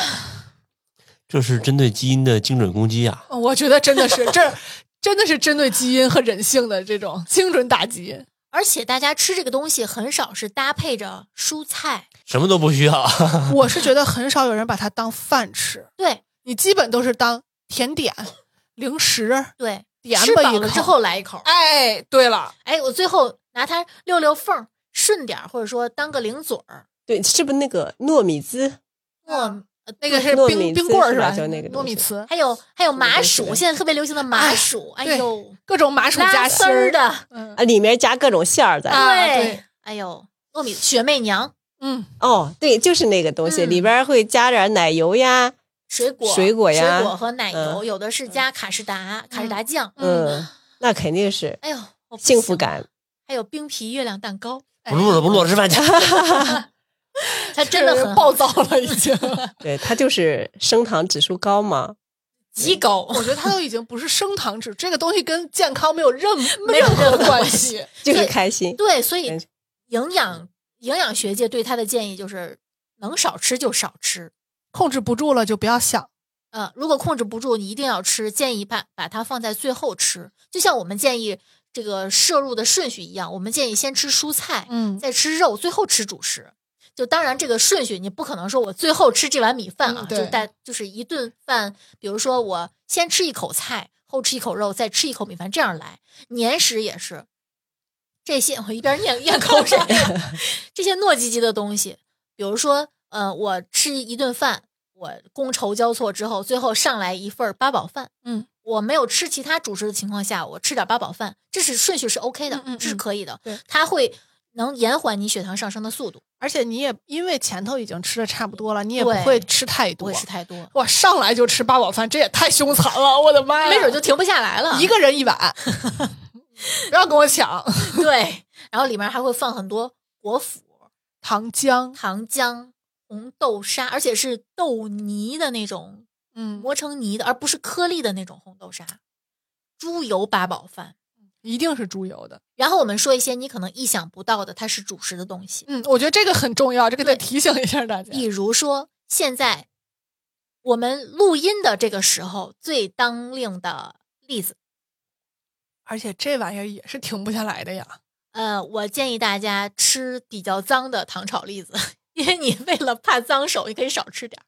这是针对基因的精准攻击啊！我觉得真的是这真的是针对基因和人性的这种精准打 击。而且大家吃这个东西很少是搭配着蔬菜，什么都不需要，我是觉得很少有人把它当饭吃，对你基本都是当甜点、零食。对，点吃吧饱一了口之后来一口，哎，对了，哎，我最后拿它溜溜缝儿，顺点儿，或者说当个零嘴儿，对，是不是那个糯米糍？糯那个是糯米冰冰糍棍儿是是吧吧？就那个糯东米西糍，还有还有麻是薯，的啊现在特别流行的麻薯，哎对呦，各种麻薯拉夹丝心儿儿，的，嗯啊，里面加各种馅儿在。啊对哎呦，糯米雪媚娘、嗯，哦，对，就是那个东西，嗯里边会加点奶油呀，水果、水果呀水果和奶油，嗯有的是加卡士达、卡士达酱，嗯，那肯定是哎呦，我不幸行福，感。还有冰皮月亮蛋 糕，不录了，不录了，吃饭去。它真的很暴好躁了，已经。对，它就是升糖指数高嘛。极高，我觉得它都已经不是升糖指，这个东西跟健康没有任没有任任何何关关系。就是对开心。对，所以但是营养营养学界对他的建议就是能少吃就少吃控制不住了就不要想，呃，如果控制不住，你一定要吃，建议把把它放在最后吃，就像我们建议这个摄入的顺序一样，我们建议先吃蔬菜，嗯，再吃肉，最后吃主食。就当然这个顺序，你不可能说我最后吃这碗米饭啊，嗯对就带就是一顿饭，比如说我先吃一口菜，后吃一口肉，再吃一口米饭，这样来。年食也是，这些我一边念咽 口水，这些糯叽叽的东西，比如说，呃，我吃一顿饭，我觥筹交错之后，最后上来一份儿八宝饭，嗯，我没有吃其他主食的情况下，我吃点八宝饭，这是顺序是 OK 的，嗯嗯嗯这是可以的，对它会能延缓你血糖上升的速度，而且你也因为前头已经吃的差不多了，你也不对会吃太不多会。吃太多，哇，上来就吃八宝饭，这也太凶残了！我的妈呀，没准就停不下来了，呃一个人一 碗，不要跟我抢对，然后里面还会放很多果脯、糖浆。糖浆、红豆沙，而且是豆泥的那种嗯，磨成泥的，而不是颗粒的那种红豆沙，猪油八宝饭。一定是猪油的。然后我们说一些你可能意想不到的，它是主食的东西，嗯，我觉得这个很重要，这个得提醒一下大家。比如说现在我们录音的这个时候最当令的例子。而且这玩意儿也是停不下来的呀。呃，我建议大家吃比较脏的糖炒栗子，因为你为了怕脏手，你可以少吃点儿。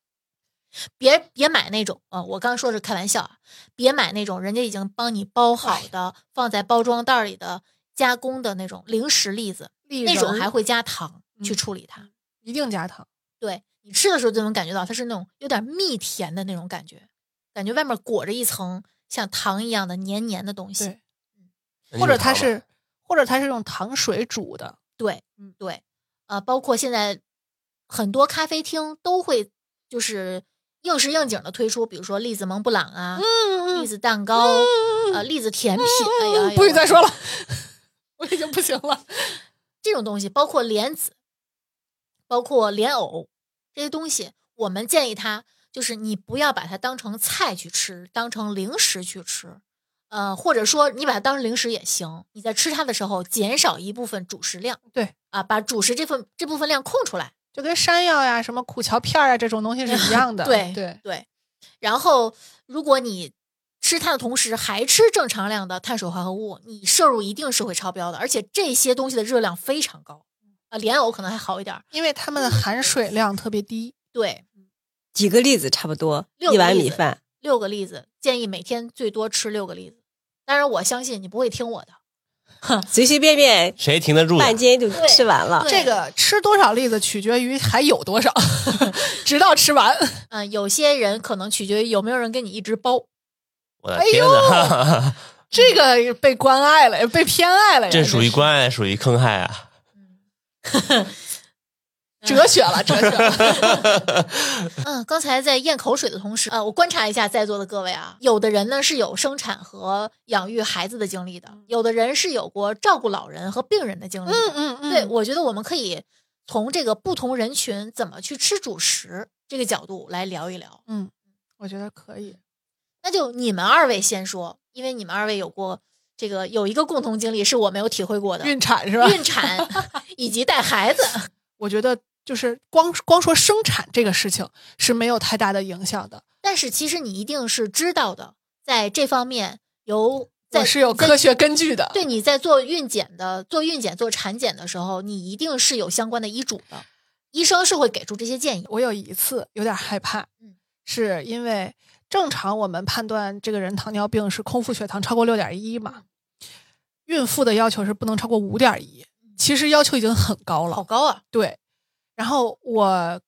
别别买那种啊、呃我刚说是开玩笑啊，别买那种人家已经帮你包好的，放在包装袋里的加工的那种零食栗子，那那种还会加糖去嗯处理它。一定加糖。对你吃的时候就能感觉到它是那种有点蜜甜的那种感觉，感觉外面裹着一层像糖一样的黏黏的东西。对，那 或就者它糖吧是，或者它是用糖水煮的。对，嗯对，呃，包括现在很多咖啡厅都会就是应时应景的推出，比如说栗子蒙布朗啊，栗子蛋糕，呃，栗子甜品，哎呀，哎呀嗯不许再说我了，我已经不行了。这种东西，包括莲子，包括莲藕这些东西，我们建议他就是你不要把它当成菜去吃，当成零食去吃。呃，或者说你把它当成零食也行，你在吃它的时候减少一部分主食量，对啊，把主食这份这部分量空出来，就跟山药呀、什么苦荞片儿啊这种东西是一样的。对对，对，然后如果你吃它的同时还吃正常量的碳水化合物，你摄入一定是会超标的，而且这些东西的热量非常高。啊，莲藕可能还好一点儿，因为它们的含水量特别低。对，几个栗子差不多，六个一碗栗米子饭。六个栗子，建议每天最多吃六个栗子。当然，我相信你不会听我的，随随便便谁停得住呀？半斤就对吃完了对。这个吃多少栗子取决于还有多少，直到吃完。嗯、有些人可能取决于有没有人跟你一直包，我的哎 天哪，这个被关爱了，被偏爱了呀，这属于是关爱，属于坑害 啊！哲学了，哲学了。嗯，刚才在咽口水的同时，呃，我观察一下在座的各位啊，有的人呢是有生产和养育孩子的经历的，有的人是有过照顾老人和病人的经历的。嗯嗯嗯，对，我觉得我们可以从这个不同人群怎么去吃主食这个角度来聊一聊。我觉得可以。那就你们二位先说，因为你们二位有过这个有一个共同经历是我没有体会过的，孕产是吧？孕产 以及带孩子。我觉得就是光光说生产这个事情是没有太大的影响的。但是其实你一定是知道的，在这方面有在我是有科学根据的。对你在做孕检的、做孕检、做产检的时候，你一定是有相关的医嘱的，医生是会给出这些建议。我有一次有点害怕，嗯是因为正常我们判断这个人糖尿病是空腹血糖超过六点一嘛，嗯孕妇的要求是不能超过五点一，其实要求已经很高了好。高啊！对，然后我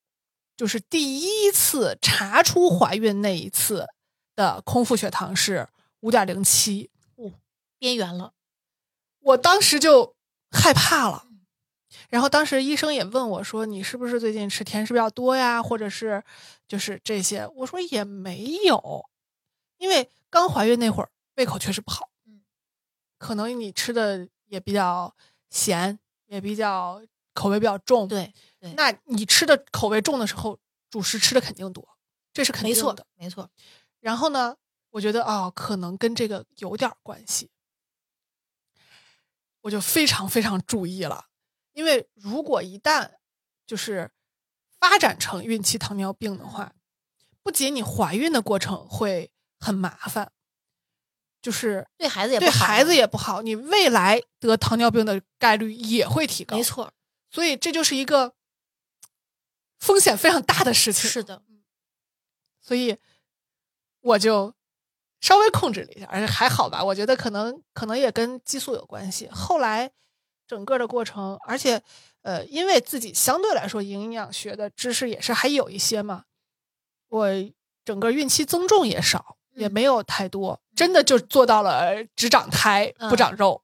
就是第一次查出怀孕那一次的空腹血糖是五点零七，边缘了，我当时就害怕了。嗯然后当时医生也问我说：“你是不是最近吃甜食比较多呀？或者是就是这些？”我说也没有，因为刚怀孕那会儿胃口确实不好，嗯，可能你吃的也比较咸，也比较口味比较重，对，那你吃的口味重的时候，主食吃的肯定多，这是肯定没错的。，没错。然后呢，我觉得哦，可能跟这个有点儿关系，我就非常非常注意了，因为如果一旦就是发展成孕期糖尿病的话，不仅你怀孕的过程会很麻烦，就是对孩子也不对好，啊孩子也不好，你未来得糖尿病的概率也会提高。没，错，所以这就是一个风险非常大的事情。是的，所以我就稍微控制了一下，而且还好吧。我觉得可能可能也跟激素有关系。后来整个的过程，而且呃，因为自己相对来说营养学的知识也是还有一些嘛，我整个孕期增重也少，也嗯嗯没有太多，真的就做到了只长胎不长肉。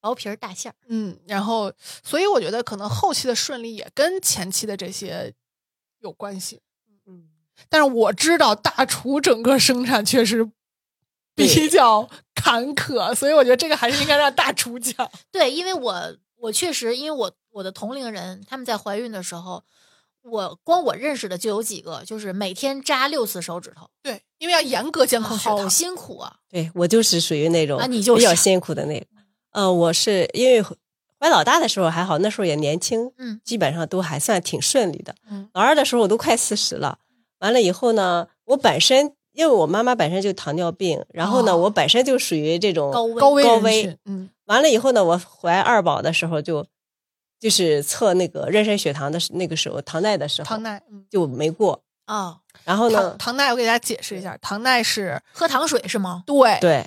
薄皮儿大馅儿，嗯，然后所以我觉得可能后期的顺利也跟前期的这些有关系。嗯，但是我知道大厨整个生产确实比对较坎坷，所以我觉得这个还是应该让大厨讲。对，因为我我确实，因为我我的同龄人他们在怀孕的时候，我光我认识的就有几个，就是每天扎六次手指头， 对，因为要严格监控血好糖。辛苦啊！对我就是属于那种啊你就是比较辛苦的那种。嗯、我是因为怀老大的时候还好，那时候也年轻，嗯，基本上都还算挺顺利的。嗯老二的时候我都快四十了，完了以后呢，我本身因为我妈妈本身就糖尿病，然后呢，哦我本身就属于这种高危高危高人危群，嗯，完了以后呢，我怀二宝的时候就就是测那个妊娠血糖的时那个时候，糖耐的时候，糖耐，嗯，就没过。哦，然后糖呢，糖耐，我给大家解释一下，糖耐是喝糖水是吗？对，对，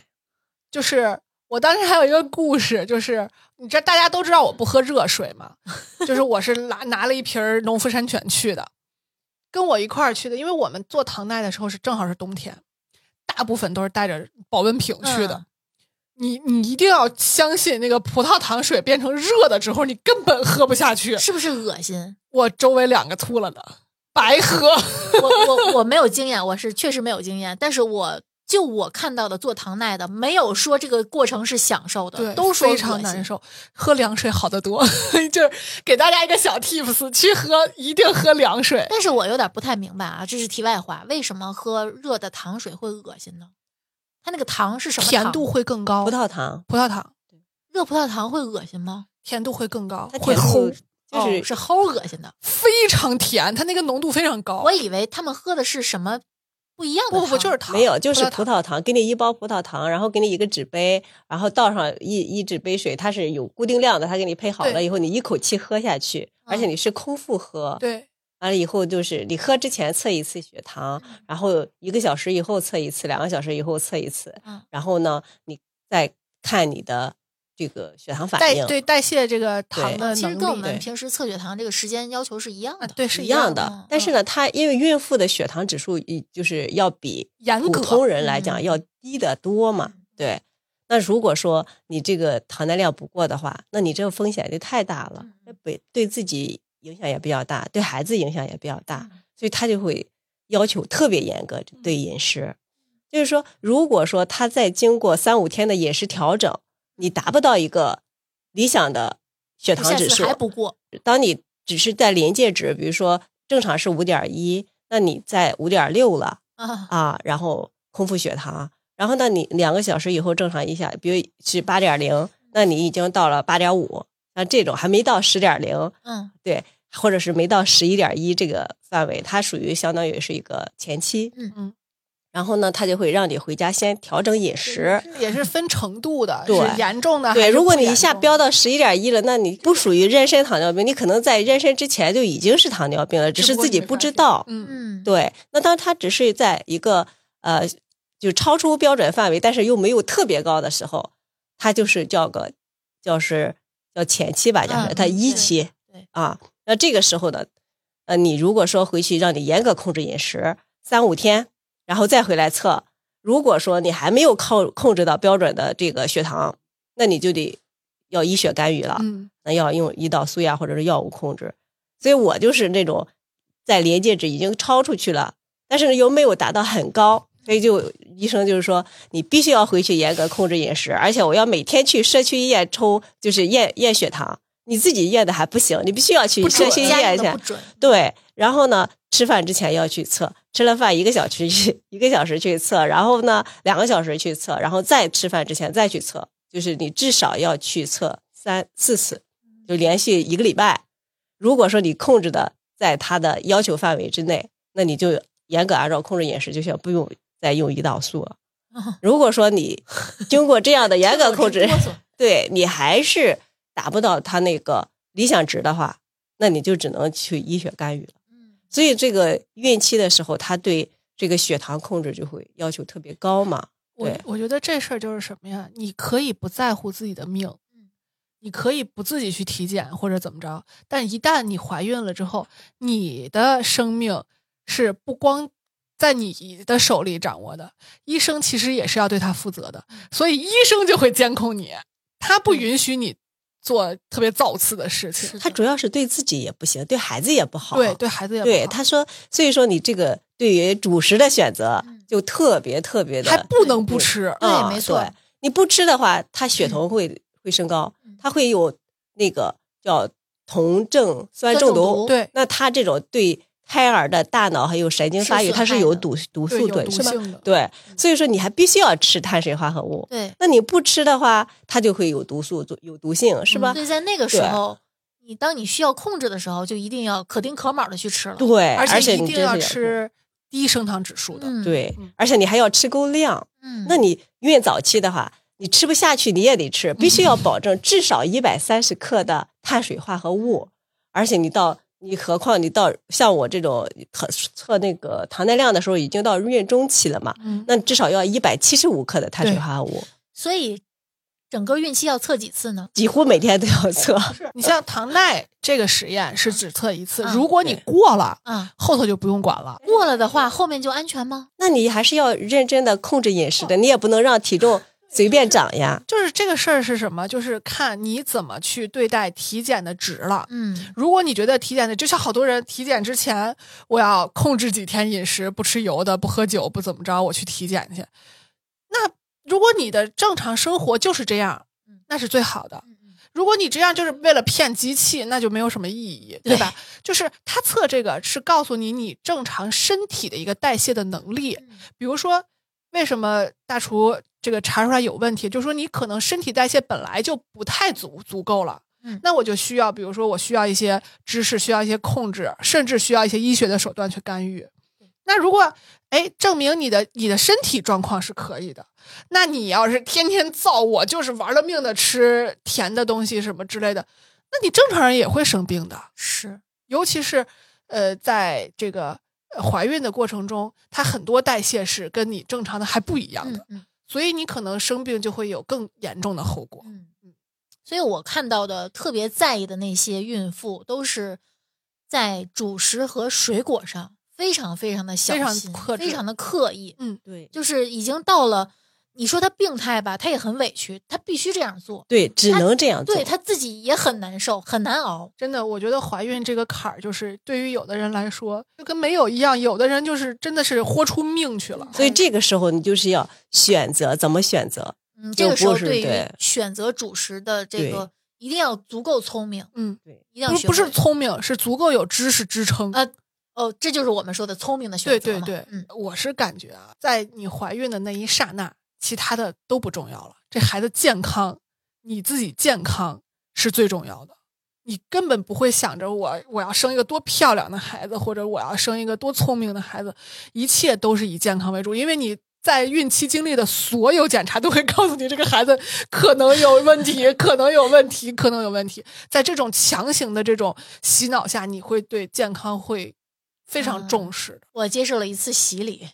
就是我当时还有一个故事，就是你这大家都知道我不喝热水嘛，就是我是拿拿了一瓶儿农夫山泉去的，跟我一块儿去的，因为我们做唐奈的时候是正好是冬天，大部分都是带着保温瓶去的。嗯你你一定要相信那个葡萄糖水变成热的之后，你根本喝不下去。是不是恶心？我周围两个秃了的，白喝。我我我没有经验，我是确实没有经验，但是我就我看到的做糖耐的，没有说这个过程是享受的，都说非常恶难心。受，喝凉水好得多。 就是给大家一个小 tips，去喝一定喝凉水。但是我有点不太明白啊，这是题外话，为什么喝热的糖水会恶心呢？它那个糖是什么甜糖度会更高，葡萄糖葡萄糖热葡萄糖会恶心吗？甜度会更高它，会甜齁度，就是、哦、是齁恶心的。非常甜，它那个浓度非常高我。以为他们喝的是什么不一样的不糖，不不，就是糖，没有，就是葡葡萄糖。萄糖，给你一包葡萄糖，然后给你一个纸杯，然后倒上一一纸杯水，它是有固定量的，它给你配好了对嗯以后，你一口气喝下去，而且你是空腹喝。对，完了以后就是你喝之前测一次血糖，然后一个小时以后测一次，两个小时以后测一次，嗯然后呢，你再看你的这个血糖反代应，对代谢这个糖对的能力，其实跟我们对平时测血糖这个时间要求是一样啊的。，对是一一样样嗯的的。嗯但是呢，它因为孕妇的血糖指数一就是要比严普格通人来嗯讲要低得多嘛，对。那如果说你这个糖耐量不过的话，那你这个风险就太大了嗯，那对对自己影响也比较大，对孩子影响也比较大嗯，所以他就会要求特别严格对饮食。就是说，如果说他在经过三五天的饮食调整，你达不到一个理想的血你糖下指次数，还嗯不过，当你只是在临界值，比如说正常是五点一，那你在五点六了啊，啊，然后空腹血糖，然后那你两个小时以后正常一下，比如是八点零，那你已经到了八点五，那这种还没到十点零，嗯对，或者是没到十一点一这个范围，它属于相当于是一个前期，嗯嗯，然后呢，它就会让你回家先调整饮食。也是分程度的，对是严重的。还对，是如果不你严一下重飙到十一点一了，那你不属于妊娠糖尿病，你可能在妊娠之前就已经是糖尿病了，只只是不过自你己没不发知现道。嗯，嗯，对，那当它只是在一个呃，就超出标准范围，但是又没有特别高的时候，它就是叫个叫是叫前期吧，叫是嗯它一对期对啊。那这个时候呢，呃，你如果说回去让你严格控制饮食三五天，然后再回来测，如果说你还没有控控制到标准的这个血糖，那你就得要医血干预了。嗯，那要用胰岛素呀，或者是药物控制。所以我就是那种在临界值已经超出去了，但是呢又没有达到很高，所以就医生就是说你必须要回去严格控制饮食，而且我要每天去社区医院抽，就是验验血糖。你自己验的还不行，你必须要去不社准，区医家院用去的。不准，对，然后呢，吃饭之前要去测，吃了饭一个小时去 一个小时去测，然后呢两个小时去测，然后再吃饭之前再去测，就是你至少要去测三四次，就连续一个礼拜。如果说你控制的在他的要求范围之内，那你就严格按照控制饮食就行，不用再用胰岛素了。 如果说你经过这样的严格控制 这个，我真哆嗦对你还是达不到他那个理想值的话，那你就只能去医学干预了。 嗯所以这个孕期的时候，他对这个血糖控制就会要求特别高嘛。我对我觉得这事儿就是什么呀？你可以不在乎自己的命，嗯你可以不自己去体检或者怎么着，但一旦你怀孕了之后，你的生命是不光在你的手里掌握的，医生其实也是要对他负责的，嗯所以医生就会监控你，他不允许你做特别造次的事情，他主要嗯是对自己也不行，对孩子也不好。对对孩子也不对，好他说，所以说你这个对于主食的选择就特别特别的，还不能不吃，嗯对啊没错对你不吃的话，它血酮会、会升高，嗯它会有那个叫酮症酸酸中中毒。毒对那它这种对胎儿的大脑还有神经是发育，损它害是有的毒毒对素有的，毒是吧性的？对，所以说你还必须要吃碳水化合物。对，那你不吃的话，它就会有毒素，有毒性，是吧嗯所？以在那个时对啊候，你当你需要控制的时候，就一定要可丁可卯的去吃了。对，而且一你定真要是吃低升糖指数的，嗯，对嗯，而且你还要吃够量。嗯，那你孕早期的话，你吃不下去你也得吃，必须要保证至少一百三十克的碳水化合物，而且你到你何况你到像我这种测测那个糖耐量的时候，已经到孕中期了嘛，嗯，那至少要一百七十五克的碳水对化合物，所以整个孕期要测几次呢？几乎每天都要测。你像糖耐这个实验是只测一次，嗯如果你对过了，啊，后头就不用管嗯了。过了的话，后面就安全吗？ 那你还是要认真的控制饮食的，你也不能让体重随便涨呀。就是这个事儿是什么？就是看你怎么去对待体检的值了。嗯，如果你觉得体检的，就像好多人体检之前，我要控制几天饮食，不吃油的，不喝酒，不怎么着，我去体检去。那如果你的正常生活就是这样，那是最好的。如果你这样就是为了骗机器，那就没有什么意义，对吧？就是他测这个是告诉你你正常身体的一个代谢的能嗯嗯力，比如说为什么大厨这个查出来有问题，就是说你可能身体代谢本来就不太足足够了。嗯那我就需要，比如说我需要一些知识，需要一些控制，甚至需要一些医学的手段去干预。那如果哎证明你的你的身体状况是可以的，那你要是天天造我，就是玩了命的吃甜的东西什么之类的，那你正常人也会生病的。是，尤其是呃，在这个呃怀孕的过程中，它很多代谢是跟你正常的还不一样的，嗯嗯所以你可能生病就会有更严重的后果。嗯嗯。所以我看到的特别在意的那些孕妇，都是在主食和水果上非常非常的小非常心，克制非常的刻意。对就是已经到了，你说他病态吧，他也很委屈，他必须这样做，对，只能这呃样做。对他自己也很难受，很难熬。真的，我觉得怀孕这个坎儿，就是对于有的人来说，就跟没有一样，有的人就是真的是豁出命去了。所以这个时候你就是要选择怎么选择，嗯，就这个时候不是对于对选择主食的这个，一定要足够聪明，嗯，一定要不学不是会聪明，是足够有知识支撑。呃哦，这就是我们说的聪明的选对择对嘛对，嗯，我是感觉啊，在你怀孕的那一刹那，其他的都不重要了。这孩子健康，你自己健康是最重要的。你根本不会想着我我要生一个多漂亮的孩子，或者我要生一个多聪明的孩子，一切都是以健康为主，因为你。在孕期经历的所有检查都会告诉你，这个孩子可能有问题，可能有问题，可能有问题。在这种强行的这种洗脑下，你会对健康会非常嗯重视的。我接受了一次洗礼，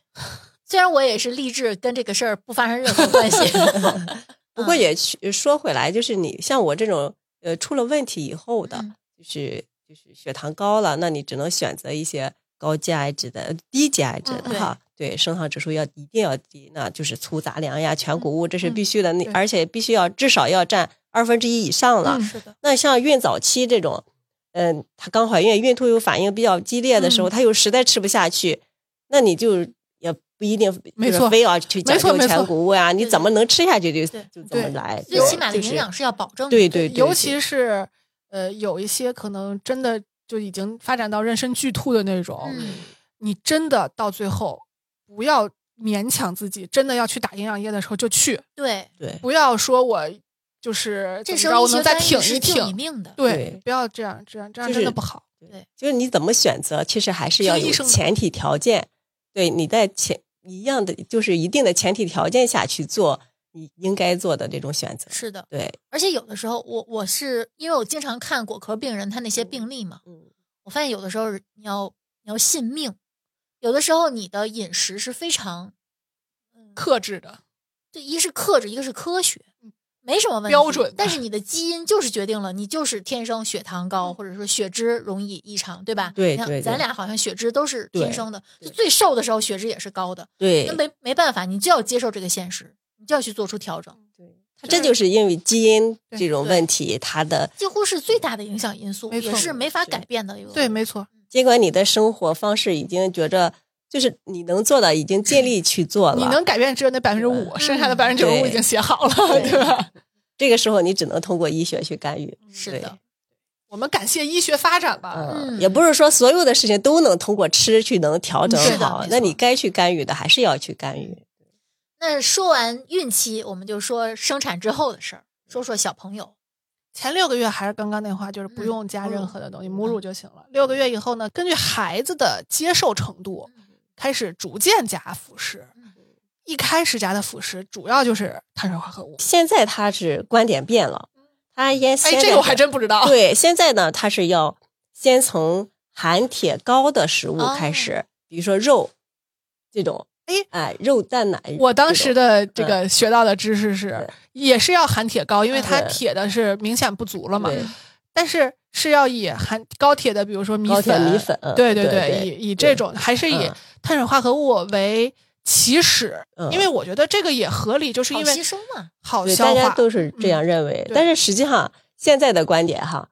虽然我也是立志跟这个事儿不发生任何 关系，嗯不嗯过也去说回来，就是你像我这种呃出了问题以后的，嗯就是就是血糖高了，那你只能选择一些高 GI 值的、呃低 GI 值嗯对的哈。对，升糖指数要一定要低，那就是粗杂粮呀、全谷物，这是必须的。你嗯对而且必须要至少要占二分之一以上了。嗯是的，那像孕早期这种，嗯，她刚怀孕，孕吐有反应比较激烈的时候，嗯她又实在吃不下去，那你就也不一定没就是错非要去讲没错究没错全谷物呀，你对怎么能吃下去就对就怎么对来，最对起码的就是营养是要保证的，对对对，尤对其是呃，有一些可能真的就已经发展到妊娠剧吐的那种，嗯，你真的到最后不要勉强自己，真的要去打营养液的时候就去，对，对不要说我就是这时怎么着候我医学能再干预挺是救你挺，命的，对对，不要这样，这样这样就真的是不好。就是你怎么选择，其实还是要听医有生的前提条件。对你在前一样的就是一定的前提条件下去做你应该做的这种选择。是的，对，而且有的时候我我是因为我经常看果壳病人他那些病例嘛，嗯，我发现有的时候你要你要信命，有的时候你的饮食是非常，嗯，克制的，对，一是克制，一个是科学，没什么问题嗯标准的嗯但是你的基因就是决定了你就是天生血糖高，或者说血脂容易异常，对吧？对你看对对咱俩好像血脂都是对天生的，对就最瘦的时候血脂也是高的，对那没没办法，你就要接受这个现实，你就要去做出调嗯整，它这就是因为基因对这种对问题，它的几乎是最大的影响因素，没错也是没法是改变的一个。对，没错，尽管你的生活方式已经觉着就是你能做的已经尽力去做了，你能改变只有那百分之五，剩下的百分之九十五 对已经写好了，对吧？这个时候你只能通过医学去干预。是的， 我们感谢医学发展吧，嗯，嗯也不是说所有的事情都能通过吃去能调整嗯是的好没，错那你该去干预的还是要去干预。那说完孕期，我们就说生产之后的事儿，说说小朋友。前六个月还是刚刚那话，就是不用加嗯任何的东西，母乳就行了。六个月以后呢，根据孩子的接受程度，嗯开始逐渐加辅食。一开始加的辅食主要就是碳水化合物。现在他是观点变了，他先哎，现这在个我还真不知道。对，现在呢，他是要先从含铁高的食物开始，比如说肉这种，哦哎哎，肉蛋奶。我当时的的这个学到的知识是对，啊也是要含铁高，因为它对铁的是明显不足了嘛。对但是是要以含高铁的，比如说米高铁粉、米粉对对对，对以以对这种还是以嗯碳水化合物为起始，嗯因为我觉得这个也合理，就是因好为吸收嘛，好对，消大家化。嗯都是这样认为。对但是实际上，现在的观点哈，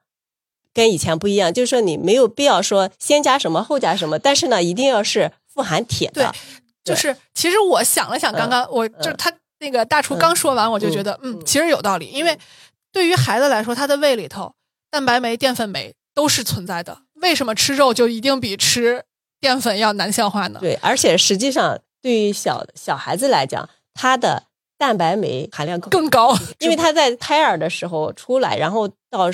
跟以前不一样，就是说你没有必要说先加什么后加什么，但是呢，一定要是富含铁的。对就是其实我想了想，刚刚我就是他那个大厨刚说完，我就觉得嗯嗯，其实有道理，因为对于孩子来说，他的胃里头蛋白酶、淀粉酶都是存在的。为什么吃肉就一定比吃淀粉要难消化呢？对，而且实际上对于小小孩子来讲，他的蛋白酶含量更更高，因为他在胎儿的时候出来，然后到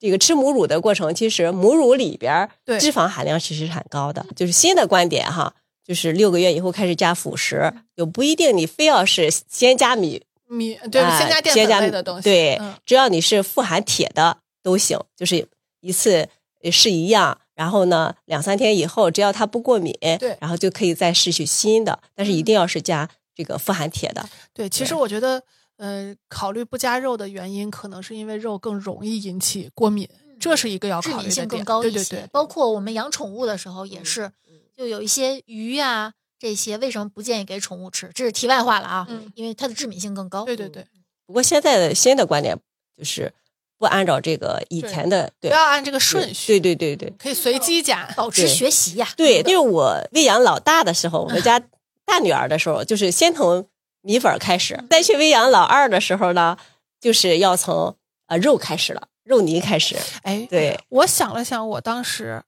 这个吃母乳的过程，其实母乳里边儿对脂肪含量其实是很高的。就是新的观点哈，就是六个月以后开始加辅食，就不一定你非要是先加米，米对哎先加淀先加粉类的东西，对，嗯只要你是富含铁的都行，就是一次呃试一样。然后呢，两三天以后，只要它不过敏，对嗯然后就可以再试取新的，但是一定要是加这个富含铁的。对，其实我觉得，呃，考虑不加肉的原因，可能是因为肉更容易引起过敏，这是一个要嗯致考虑敏的性点。更高对一对些。对，包括我们养宠物的时候也是，就有一些鱼啊这些，为什么不建议给宠物吃？这是题外话了啊，嗯因为它的致敏性更高。对对对，不过现在的新的观点就是不按照这个以前的不对要按这个顺序，对对对对可以随机加。保持对学习呀、对，就是我喂养老大的时候，我们家大女儿的时候，就是先从米粉儿开始，再去喂养老二的时候呢，就是要从呃肉开始了，肉泥开始。哎，对，我想了想，我当时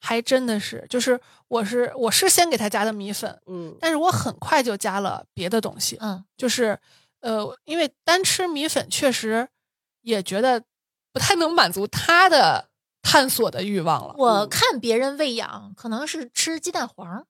还真的是，就是我是我是先给他加的米粉，嗯，但是我很快就加了别的东西，嗯，就是呃，因为单吃米粉确实也觉得不太能满足他的探索的欲望了。 我看别人喂养，可能是吃鸡蛋黄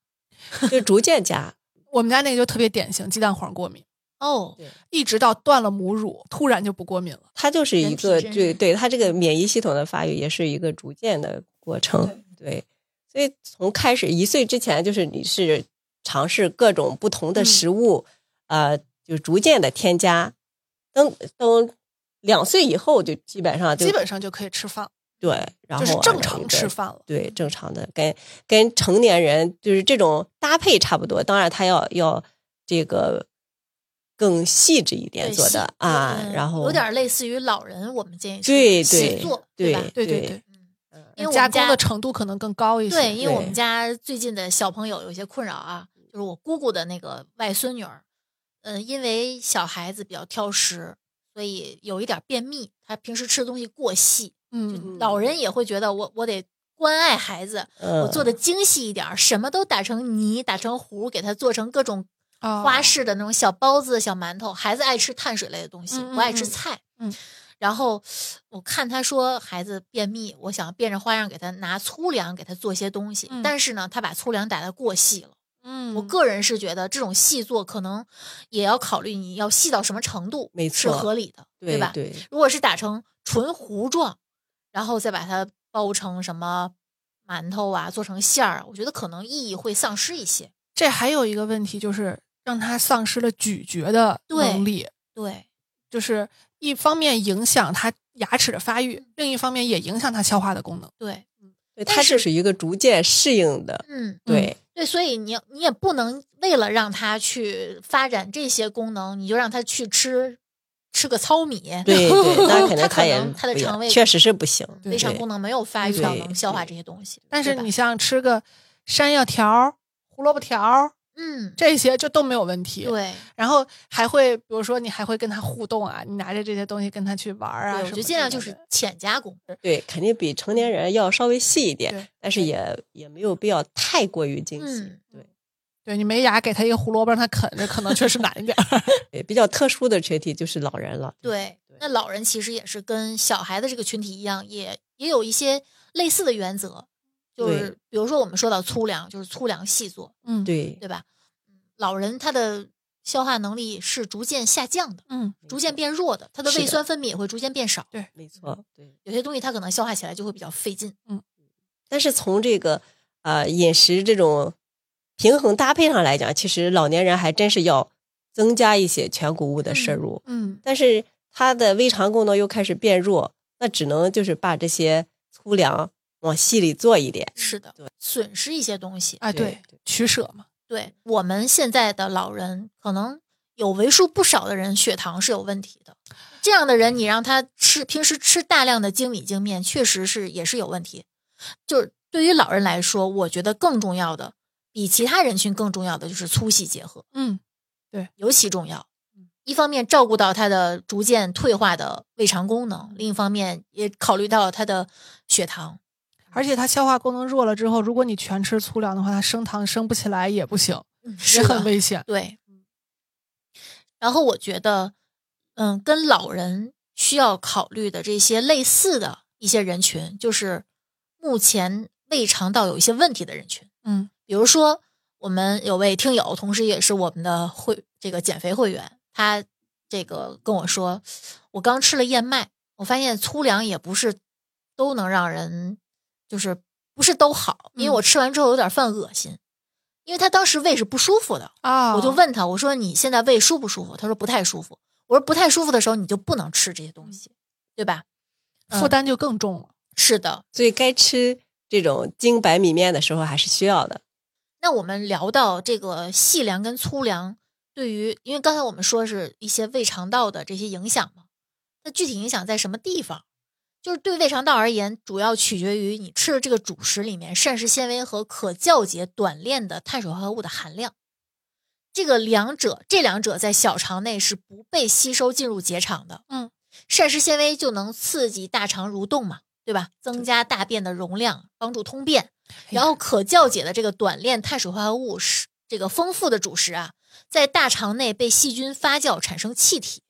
嗯就逐渐加。我们家那个就特别典型，鸡蛋黄过敏。哦，一直到断了母乳，突然就不过敏了。它就是一个人体真对是对，它这个免疫系统的发育也是一个逐渐的过程，对，所以从开始一岁之前，就是你是尝试各种不同的食物，呃，就逐渐的添加，等等两岁以后就基本上就基本上就可以吃饭，对，然后就是按正照一常个吃饭了。对，正常的跟跟成年人就是这种搭配差不多。当然，他要要这个更细致一点对做细的啊嗯，然后有点类似于老人，我们建议吃对细对做，对吧？对对对对，因为我加们工家的程度可能更高一些。对，因为我对们家最近的小朋友有一些困扰啊，就是我姑姑的那个外孙女儿，嗯，因为小孩子比较挑食，所以有一点便秘，她平时吃的东西过细，嗯，老人也会觉得我我得。关爱孩子，嗯我做的精细一点儿，什么都打成泥、打成糊，给他做成各种啊花式的那种小包子、小馒头。孩子爱吃碳水类的东西，嗯嗯不爱吃嗯菜。嗯，然后我看他说孩子便秘，我想变着花样给他拿粗粮给他做些东西，嗯但是呢，他把粗粮打得过细了，嗯我个人是觉得这种细做可能也要考虑你要细到什么程度，没是错合理的，对吧？对，如果是打成纯糊状，然后再把它包成什么馒头啊，做成馅儿，我觉得可能意义会丧失一些。这还有一个问题就是让他丧失了咀嚼的对能力，对，就是一方面影响他牙齿的发育，另一方面也影响他消化的功能。对，对但它这是是一个逐渐适应的，嗯，对，对，所以你你也不能为了让它去发展这些功能，你就让它去吃吃个糙米，对 对，那肯它定可也能它的不一样肠胃确实是不行，对胃肠对功能没有发育对到能消化对这些东西。但是对吧你像吃个山药条儿、胡萝卜条儿嗯，这些，就都没有问题。，对，然后还会比如说你还会跟他互动啊，你拿着这些东西跟他去玩儿啊对，什么之类的，我觉得尽量就是浅加工。对，肯定比成年人要稍微细一点对，但是也也没有必要太过于精细嗯，对对你没牙给他一个胡萝卜让他啃，这可能确实难一点 儿。对，比较特殊的群体就是老人了，对，那老人其实也是跟小孩的这个群体一样，也也有一些类似的原则，就对是比如说我们说到粗粮，就是粗粮细做，嗯，，对，对吧？嗯老人他的消化能力是逐渐下降的，嗯，逐渐变弱的，他的是胃的酸分泌也会逐渐变少。没错，对。有些东西他可能消化起来就会比较费劲。但是从这个呃饮食这种平衡搭配上来讲，其实老年人还真是要增加一些全谷物的摄入，嗯，但是他的胃肠功能又开始变弱，那只能就是把这些粗粮往细里做一点。是的嗯对，损失一些东西。啊，对对，取舍嘛，对我们现在的老人，可能有为数不少的人血糖是有问题的。这样的人，你让他吃平时吃大量的精米精面，确实是也是有问题。就是对于老人来说，我觉得更重要的，比其他人群更重要的就是粗细结合，嗯，尤其重要。一方面照顾到他的逐渐退化的胃肠功能，另一方面也考虑到他的血糖。而且它消化功能弱了之后，如果你全吃粗粮的话，它升糖升不起来也不行，嗯，也是的很危险。对，然后我觉得，嗯，跟老人需要考虑的这些类似的一些人群，就是目前胃肠道有一些问题的人群，嗯，比如说我们有位听友，同时也是我们的会这个减肥会员，他这个跟我说，我刚吃了燕麦，我发现粗粮也不是都能让人就是不是都好，因为我吃完之后有点犯恶心。因为他当时胃是不舒服的，啊我就，问他，我说你现在胃舒不舒服？他说不太舒服。我说不太舒服的时候，你就不能吃这些东西，对吧？嗯负担就更重了。是的。所以该吃这种精白米面的时候还是需要的。那我们聊到这个细粮跟粗粮，对于因为刚才我们说是一些胃肠道的这些影响嘛，那具体影响在什么地方？就是对胃肠道而言，主要取决于你吃的这个主食里面膳食纤维和可酵解短链的碳水化合物的含量。这个两者，这两者在小肠内是不被吸收进入结肠的。嗯，膳食纤维就能刺激大肠蠕动嘛，对吧？增加大便的容量，帮助通便。哎然后可酵解的这个短链碳水化合物是这个丰富的主食啊，在大肠内被细菌发酵产生气体。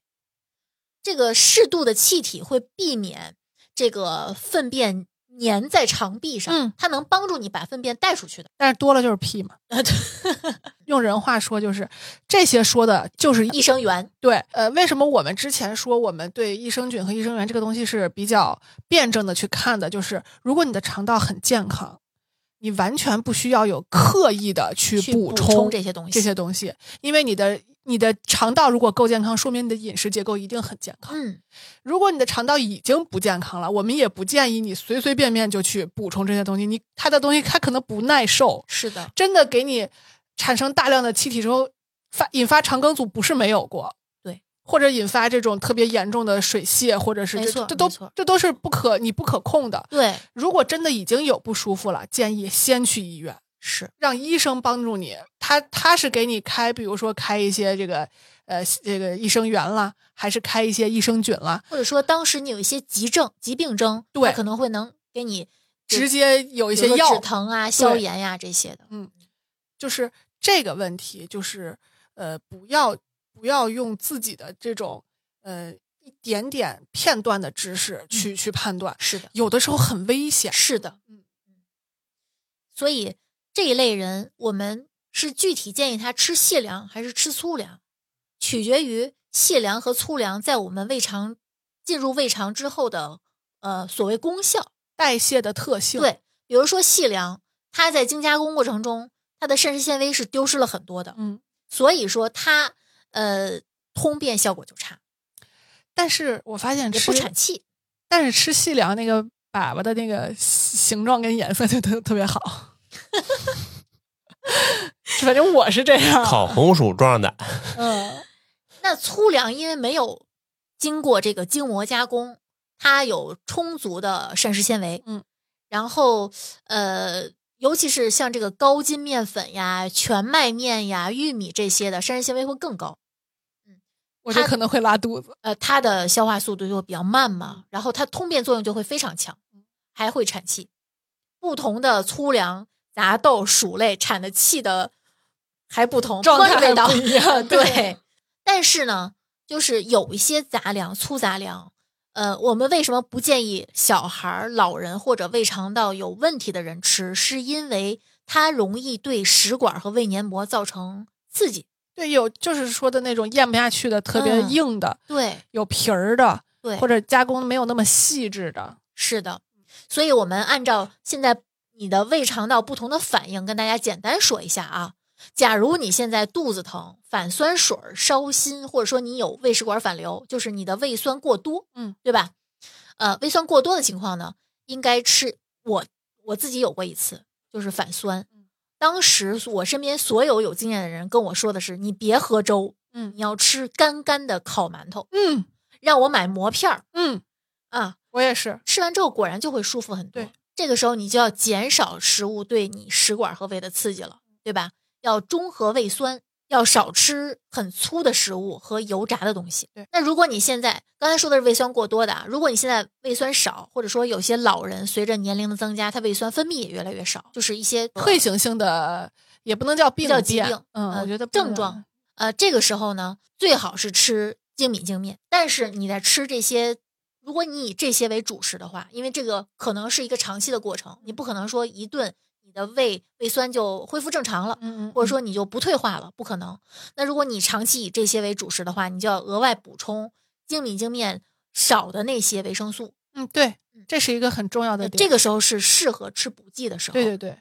这个适度的气体会避免这个粪便粘在肠壁上，嗯它能帮助你把粪便带出去的。但是多了就是屁嘛，啊用人话说就是这些说的就是益生元，对，呃，为什么我们之前说我们对益生菌和益生元这个东西是比较辩证的去看的？就是如果你的肠道很健康，你完全不需要有刻意的去去补补充充这些东西这些东西，因为你的你的肠道如果够健康，说明你的饮食结构一定很健康。嗯，如果你的肠道已经不健康了，我们也不建议你随随便便就去补充这些东西。你它的东西它可能不耐受，是的，真的给你产生大量的气体之后，发引发肠梗阻不是没有过。对，或者引发这种特别严重的水泻，或者是没这错这都没错这都是不可你不可控的。对，如果真的已经有不舒服了，建议先去医院，是，让医生帮助你。他他是给你开，比如说开一些这个呃这个益生元啦，还是开一些益生菌啦，或者说当时你有一些急症、疾病症，它对可能会能给你直接有有一些药嗯止，疼啊、消炎呀、这些的。就是这个问题，就是呃，不要不要用自己的这种呃一点点片段的知识嗯去、去判断，是的，有的时候很危险。是的，嗯，所以这一类人，我们是具体建议他吃细粮还是吃粗粮，取决于细粮和粗粮在我们胃肠进入胃肠之后的呃所谓功效。代谢的特性。对，比如说细粮，它在精加工过程中，它的膳食纤维是丢失了很多的，嗯，所以说它呃通便效果就差，但是我发现也吃不，产气。但是吃细粮那个粑粑的那个形状跟颜色就特特别 好。反正我是这样，烤红薯壮胆，嗯，那粗粮因为没有经过这个精磨加工，它有充足的膳食纤维，嗯，然后呃，尤其是像这个高筋面粉呀、全麦面呀、玉米这些的，膳食纤维会更高。我就它可能会拉肚子。呃，它的消化速度就比较慢嘛，然后它通便作用就会非常强，还会产气。不同的粗粮、杂豆、薯类产的气的还不同，状态喝着味道还不一样对 对，但是呢，就是有一些杂粮、粗杂粮，呃，我们为什么不建议小孩儿、老人或者胃肠道有问题的人吃？是因为它容易对食管和胃黏膜造成刺激。对，有就是说的那种咽不下去的，特别嗯硬的，对有皮儿的，对，或者加工没有那么细致的。是的，所以我们按照现在你的胃肠道不同的反应，跟大家简单说一下啊。假如你现在肚子疼、反酸水儿、烧心，或者说你有胃食管反流，就是你的胃酸过多，嗯，对吧？呃，胃酸过多的情况呢，应该吃我我自己有过一次，就是反酸。嗯当时我身边所有有经验的人跟我说的是，你别喝粥，嗯你要吃干干的烤馒头，嗯让我买馍片儿嗯，啊，我也是，吃完之后果然就会舒服很多。对，这个时候你就要减少食物对你食管和胃的刺激了，对吧？要中和胃酸，要少吃很粗的食物和油炸的东西。对，那如果你现在刚才说的是胃酸过多的啊，如果你现在胃酸少，或者说有些老人随着年龄的增加，他胃酸分泌也越来越少，就是一些退行性的也不能叫病叫疾变，病嗯，呃我觉得不症能状，呃，这个时候呢，最好是吃精米精面。但是你在吃这些，如果你以这些为主食的话，因为这个可能是一个长期的过程，你不可能说一顿你的胃胃酸就恢复正常了，嗯嗯，或者说你就不退化了，不可能。那如果你长期以这些为主食的话，你就要额外补充精米精面少的那些维生素。嗯，对，这是一个很重要的那点。这个时候是适合吃补剂的时候。对对对，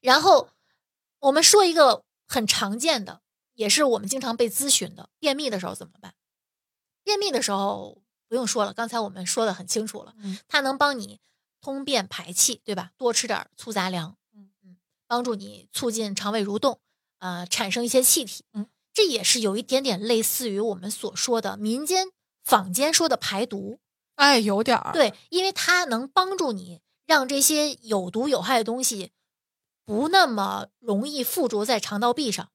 然后我们说一个很常见的，也是我们经常被咨询的，便秘的时候怎么办？便秘的时候不用说了，刚才我们说的很清楚了，嗯它能帮你通便排气，对吧？多吃点儿粗杂粮，嗯嗯，帮助你促进肠胃蠕动，呃，产生一些气体，嗯，这也是有一点点类似于我们所说的民间坊间说的排毒，哎，有点儿，对，因为它能帮助你让这些有毒有害的东西不那么容易附着在肠道壁上。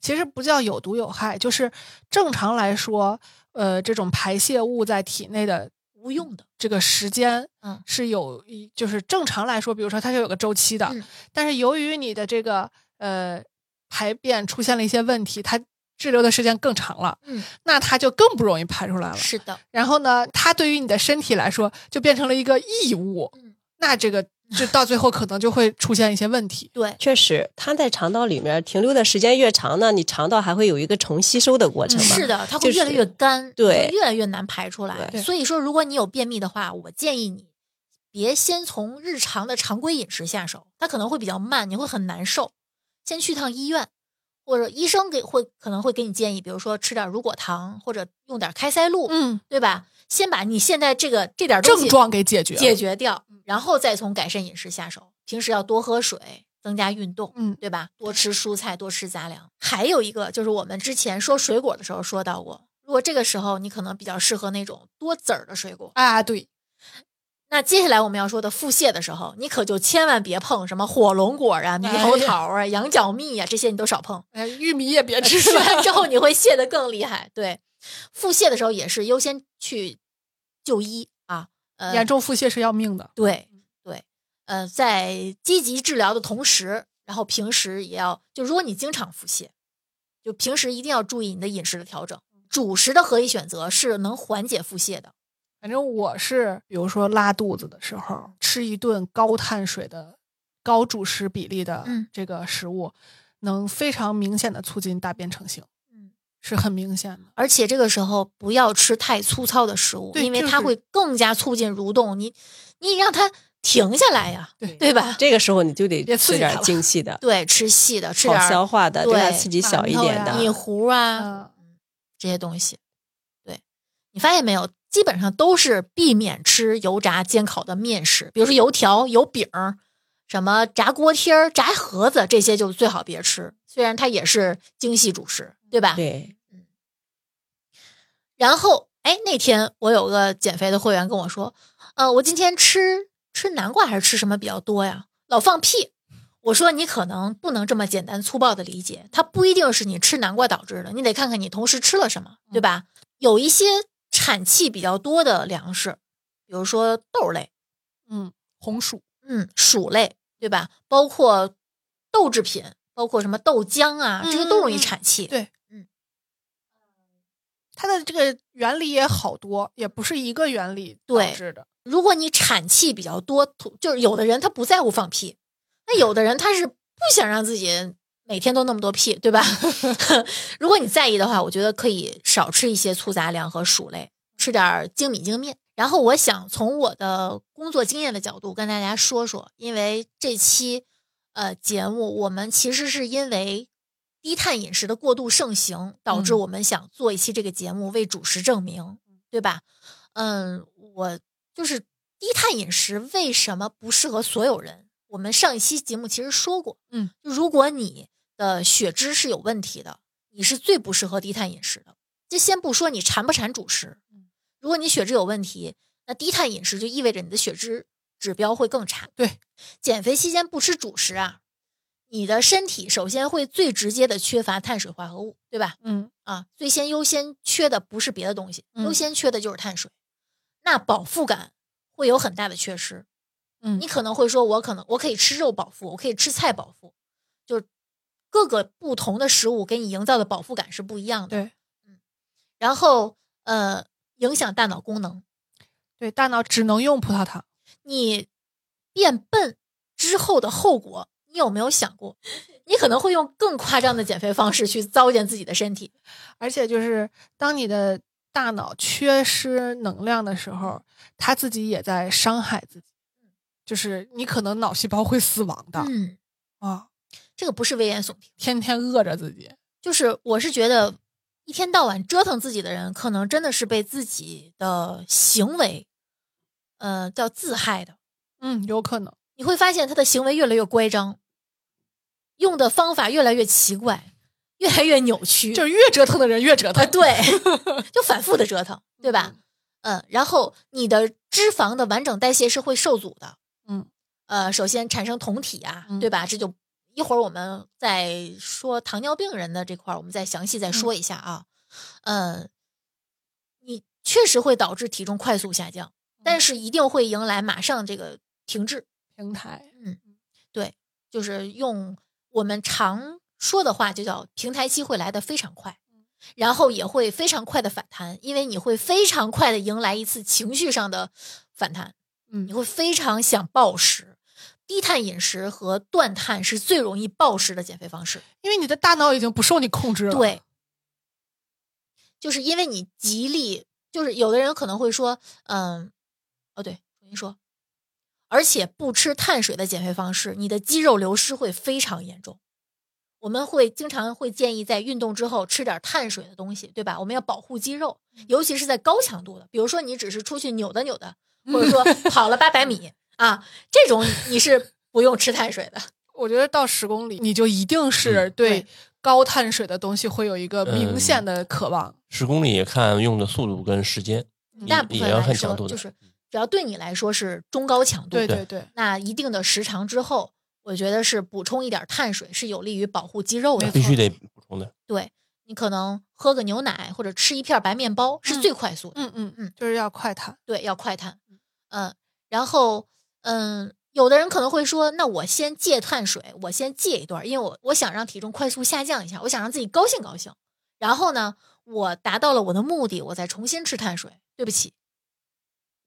其实不叫有毒有害，就是正常来说，呃，这种排泄物在体内的无用的，这个时间，嗯是有一，就是正常来说，比如说它是有个周期的，嗯但是由于你的这个呃排便出现了一些问题，它滞留的时间更长了，嗯，那它就更不容易排出来了。是的，然后呢，它对于你的身体来说就变成了一个异物，嗯那这个就到最后可能就会出现一些问题。对，确实，它在肠道里面停留的时间越长呢，你肠道还会有一个重吸收的过程嗯嘛。是的，它会就越来是越干，对会越来越难排出来。对所以说，如果你有便秘的话，我建议你别先从日常的常规饮食下手，它可能会比较慢，你会很难受。先去趟医院，或者医生给会可能会给你建议，比如说吃点乳果糖，或者用点开塞露，嗯，对吧？先把你现在这个这点东西症状给解决嗯了，解决掉，然后再从改善饮食下手。平时要多喝水，增加运动，嗯对吧？多吃蔬菜，多吃杂粮。还有一个就是我们之前说水果的时候说到过，如果这个时候你可能比较适合那种多籽儿的水果，啊，对，那接下来我们要说的腹泻的时候，你可就千万别碰什么火龙果啊、猕猴桃啊、羊角蜜呀、这些你都 少碰。哎，玉米也别吃吃完了。 之后你会泻得更厉害。对，腹泻的时候也是优先去就医啊。呃，严重腹泻是要命的，对对，呃，在积极治疗的同时，然后平时也要，就如果你经常腹泻，就平时一定要注意你的饮食的调整。主食的合理选择是能缓解腹泻的。反正我是，比如说拉肚子的时候，吃一顿高碳水的、高主食比例的嗯这个食物，能非常明显的促进大便成型，嗯，是很明显的。而且这个时候不要吃太粗糙的食物，对因为就是它会更加促进蠕动。你你让它停下来呀，对对吧？这个时候你就得别刺吃激它点了精细的、对，吃细的，吃好点儿消化的，对它对刺激小一馒头点呀的米。糊啊嗯，这些东西。对，你发现没有？基本上都是避免吃油炸、煎烤的面食，比如说油条、油饼儿、什么炸锅贴儿、炸盒子这些，就最好别吃。虽然它也是精细主食，对吧？对，然后，哎，那天我有个减肥的会员跟我说，呃，我今天吃吃南瓜还是吃什么比较多呀？老放屁。我说你可能不能这么简单粗暴的理解，它不一定是你吃南瓜导致的，你得看看你同时吃了什么，嗯对吧？有一些产气比较多的粮食，比如说豆类，嗯，红薯，嗯，薯类，对吧？包括豆制品，包括什么豆浆啊，这些都容嗯易嗯嗯产气。对它的这个原理也好多，也不是一个原理导对致的。如果你产气比较多，吐就是有的人他不在乎放屁，那有的人他是不想让自己每天都那么多屁，对吧？ 如果你在意的话，我觉得可以少吃一些粗杂粮和薯类，吃点儿精米精面。然后我想从我的工作经验的角度跟大家说说，因为这期呃节目我们其实是因为低碳饮食的过度盛行，导致嗯我们想做一期这个节目为主食证明，对吧？嗯，我就是低碳饮食为什么不适合所有人？我们上一期节目其实说过，嗯，如果你的血脂是有问题的，你是最不适合低碳饮食的。这先不说你馋不馋主食，嗯如果你血脂有问题，那低碳饮食就意味着你的血脂指标会更差。对，减肥期间不吃主食啊，你的身体首先会最直接的缺乏碳水化合物，对吧？嗯，啊，最先优先缺的不是别的东西，嗯优先缺的就是碳水，那饱腹感会有很大的缺失。嗯你可能会说，我可能我可以吃肉饱腹，我可以吃菜饱腹，就是各个不同的食物给你营造的饱腹感是不一样的。嗯对然后呃，影响大脑功能，对，大脑只能用葡萄糖。你变笨之后的后果，你有没有想过？你可能会用更夸张的减肥方式去糟践自己的身体。而且就是当你的大脑缺失能量的时候，它自己也在伤害自己，就是你可能脑细胞会死亡的、嗯，啊！这个不是危言耸听。天天饿着自己，就是我是觉得一天到晚折腾自己的人，可能真的是被自己的行为，呃，叫自害的。嗯，有可能，你会发现他的行为越来越乖张，用的方法越来越奇怪，越来越扭曲，就是越折腾的人越折啊、腾。对， 就反复的折腾，对吧？嗯，然后你的脂肪的完整代谢是会受阻的。嗯，呃，首先产生酮体啊，嗯对吧？这就一会儿我们再说糖尿病人的这块儿，我们再详细再说一下啊。嗯，你确实会导致体重快速下降，嗯但是一定会迎来马上这个停滞。平台，就是用我们常说的话，就叫平台期会来的非常快，然后也会非常快的反弹，因为你会非常快的迎来一次情绪上的反弹，嗯你，会非常想暴食。低碳饮食和断碳是最容易暴食的减肥方式，因为你的大脑已经不受你控制了。对，就是因为你极力，就是有的人可能会说，嗯，哦对，重新说，而且不吃碳水的减肥方式，你的肌肉流失会非常严重。我们会经常会建议在运动之后吃点碳水的东西，对吧？我们要保护肌肉，嗯尤其是在高强度的，比如说你只是出去扭的扭的，或 者说跑了八百米啊，这种你是不用吃碳水的。我觉得到十公里，你就一定是对对高碳水的东西会有一个明显的渴望。十公里也看用的速度跟时间，嗯大也嗯部也分要来看强说，度的。嗯就是只要对你来说是中高强度，对对对，那一定的时长之后，我觉得是补充一点碳水是有利于保护肌肉没错。的必须得补充的。对你可能喝个牛奶或者吃一片白面包是最快速的，嗯嗯嗯嗯，就是要快碳。对，要快碳。嗯，然后嗯，有的人可能会说，那我先戒碳水，我先戒一段儿，因为我我想让体重快速下降一下，我想让自己高兴高兴。然后呢，我达到了我的目的，我再重新吃碳水。对不起，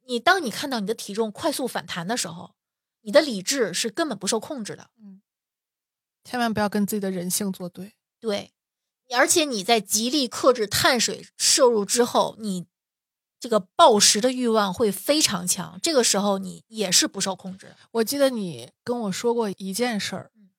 你当你看到你的体重快速反弹的时候，你的理智是根本不受控制的。千万不要跟自己的人性作对。对，而且你在极力克制碳水摄入之后，你这个暴食的欲望会非常强，这个时候你也是不受控制的。我记得你跟我说过一件事儿，嗯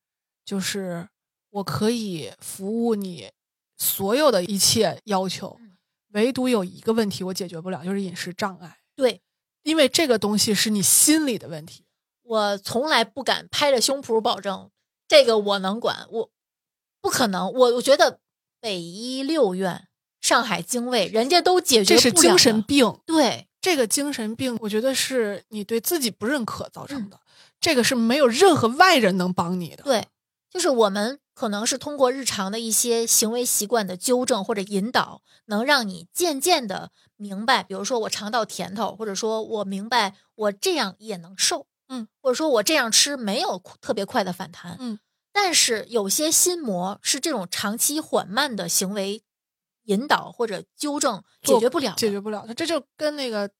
就是我可以服务你所有的一切要求嗯，唯独有一个问题我解决不了，就是饮食障碍。对因为这个东西是你心里的问题，我从来不敢拍着胸脯保证这个我能管，我不可能。我我觉得北医六院、上海精卫，人家都解决这不了是的精神病。对，这个精神病，我觉得是你对自己不认可造成的，这个是没有任何外人能帮你的。嗯对，就是我们可能是通过日常的一些行为习惯的纠正或者引导，能让你渐渐的明白，比如说我尝到甜头，或者说我明白我这样也能瘦，嗯，或者说我这样吃没有快特别快的反弹，嗯。但是有些心魔是这种长期缓慢的行为引导或者纠正解做决不了的，解决不了，这就跟那个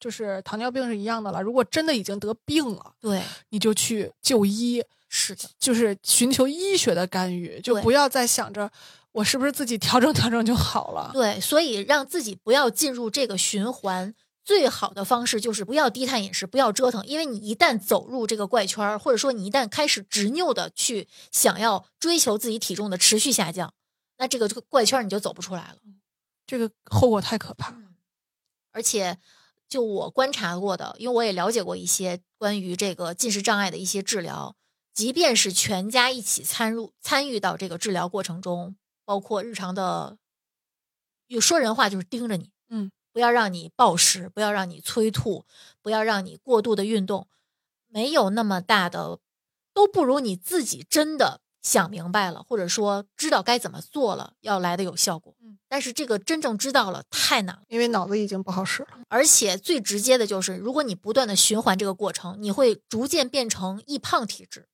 就是糖尿病是一样的了。如果真的已经得病了，对，你就去就医，是的，就是寻求医学的干预，就对不要再想着我是不是自己调整 调整就好了。对，所以让自己不要进入这个循环，最好的方式就是不要低碳饮食，不要折腾，因为你一旦走入这个怪圈儿，或者说你一旦开始执拗的去想要追求自己体重的持续下降，那这个怪圈儿你就走不出来了。这个后果太可怕嗯了。而且就我观察过的，因为我也了解过一些关于这个进食障碍的一些治疗，即便是全家一起参入参与到这个治疗过程中，包括日常的，有说人话就是盯着你，嗯，不要让你暴食，不要让你催吐，不要让你过度的运动，没有那么大的，都不如你自己真的。想明白了，或者说知道该怎么做了，要来的有效果。嗯，但是这个真正知道了太难了。因为脑子已经不好使了。而且最直接的就是，如果你不断的循环这个过程，你会逐渐变成易胖体质。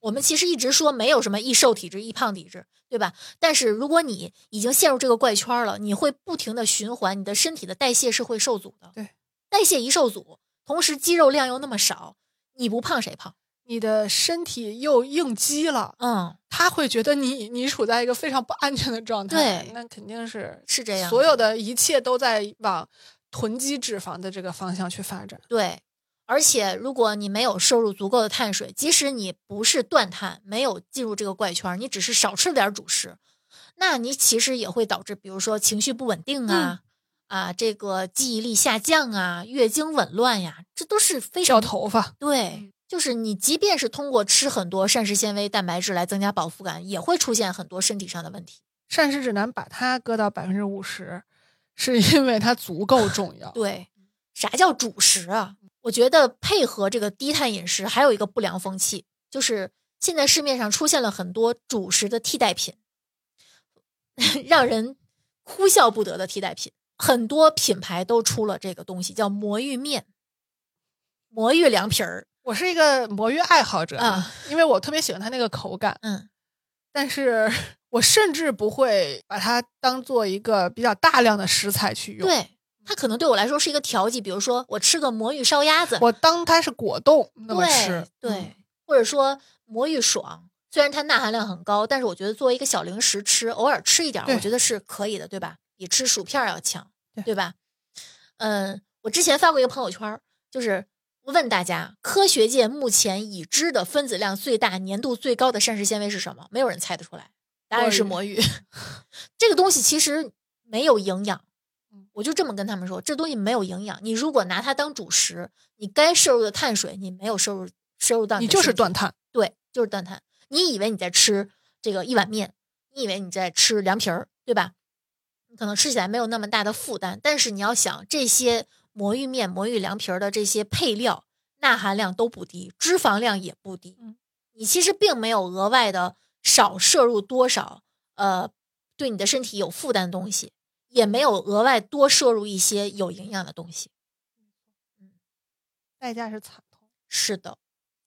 我们其实一直说没有什么易瘦体质、易胖体质，对吧？但是如果你已经陷入这个怪圈了，你会不停的循环，你的身体的代谢是会受阻的。对，代谢一受阻，同时肌肉量又那么少，你不胖谁胖？你的身体又应激了，嗯，他会觉得你你处在一个非常不安全的状态。对那肯定是是这样所的有的一切都在往囤积脂肪的这个方向去发展。对。而且，如果你没有摄入足够的碳水，即使你不是断碳，没有进入这个怪圈，你只是少吃点主食，那你其实也会导致，比如说情绪不稳定啊，嗯啊，这个记忆力下降啊，月经紊乱呀，这都是非掉常头嗯发，对。就是你，即便是通过吃很多膳食纤维、蛋白质来增加饱腹感，也会出现很多身体上的问题。膳食指南把它搁到百分之五十，是因为它足够重要。对，啥叫主食啊？我觉得配合这个低碳饮食，还有一个不良风气，就是现在市面上出现了很多主食的替代品， 让人哭笑不得的替代品。很多品牌都出了这个东西，叫魔芋面、魔芋凉皮儿。我是一个魔芋爱好者啊，因为我特别喜欢它那个口感，嗯，但是 我甚至不会把它当做一个比较大量的食材去用。，对，它可能对我来说是一个调剂，比如说我吃个魔芋烧鸭子，我当它是果冻那么对吃。对，嗯或者说魔芋爽，虽然它钠含量很高，但是我觉得作为一个小零食吃，偶尔吃一点儿，我对觉得是可以的，对吧？比吃薯片儿要强，对吧？嗯，我之前发过一个朋友圈儿，就是问大家，科学界目前已知的分子量最大、粘度最高的膳食纤维是什么？没有人猜得出来，答案是魔魔芋。 这个东西其实没有营养。嗯我就这么跟他们说，这东西没有营养。你如果拿它当主食，你该摄入的碳水你没有摄入，摄入到你的就是身体断碳，对，就是断碳。你以为你在吃这个一碗面，你以为你在吃凉皮儿，对吧？你可能吃起来没有那么大的负担，但是你要想这些魔芋面、魔芋凉皮儿的这些配料，钠含量都不低，脂肪量也不低嗯，你其实并没有额外的少摄入多少，呃，对你的身体有负担的东西，也没有额外多摄入一些有营养的东西。代价是惨痛。是的，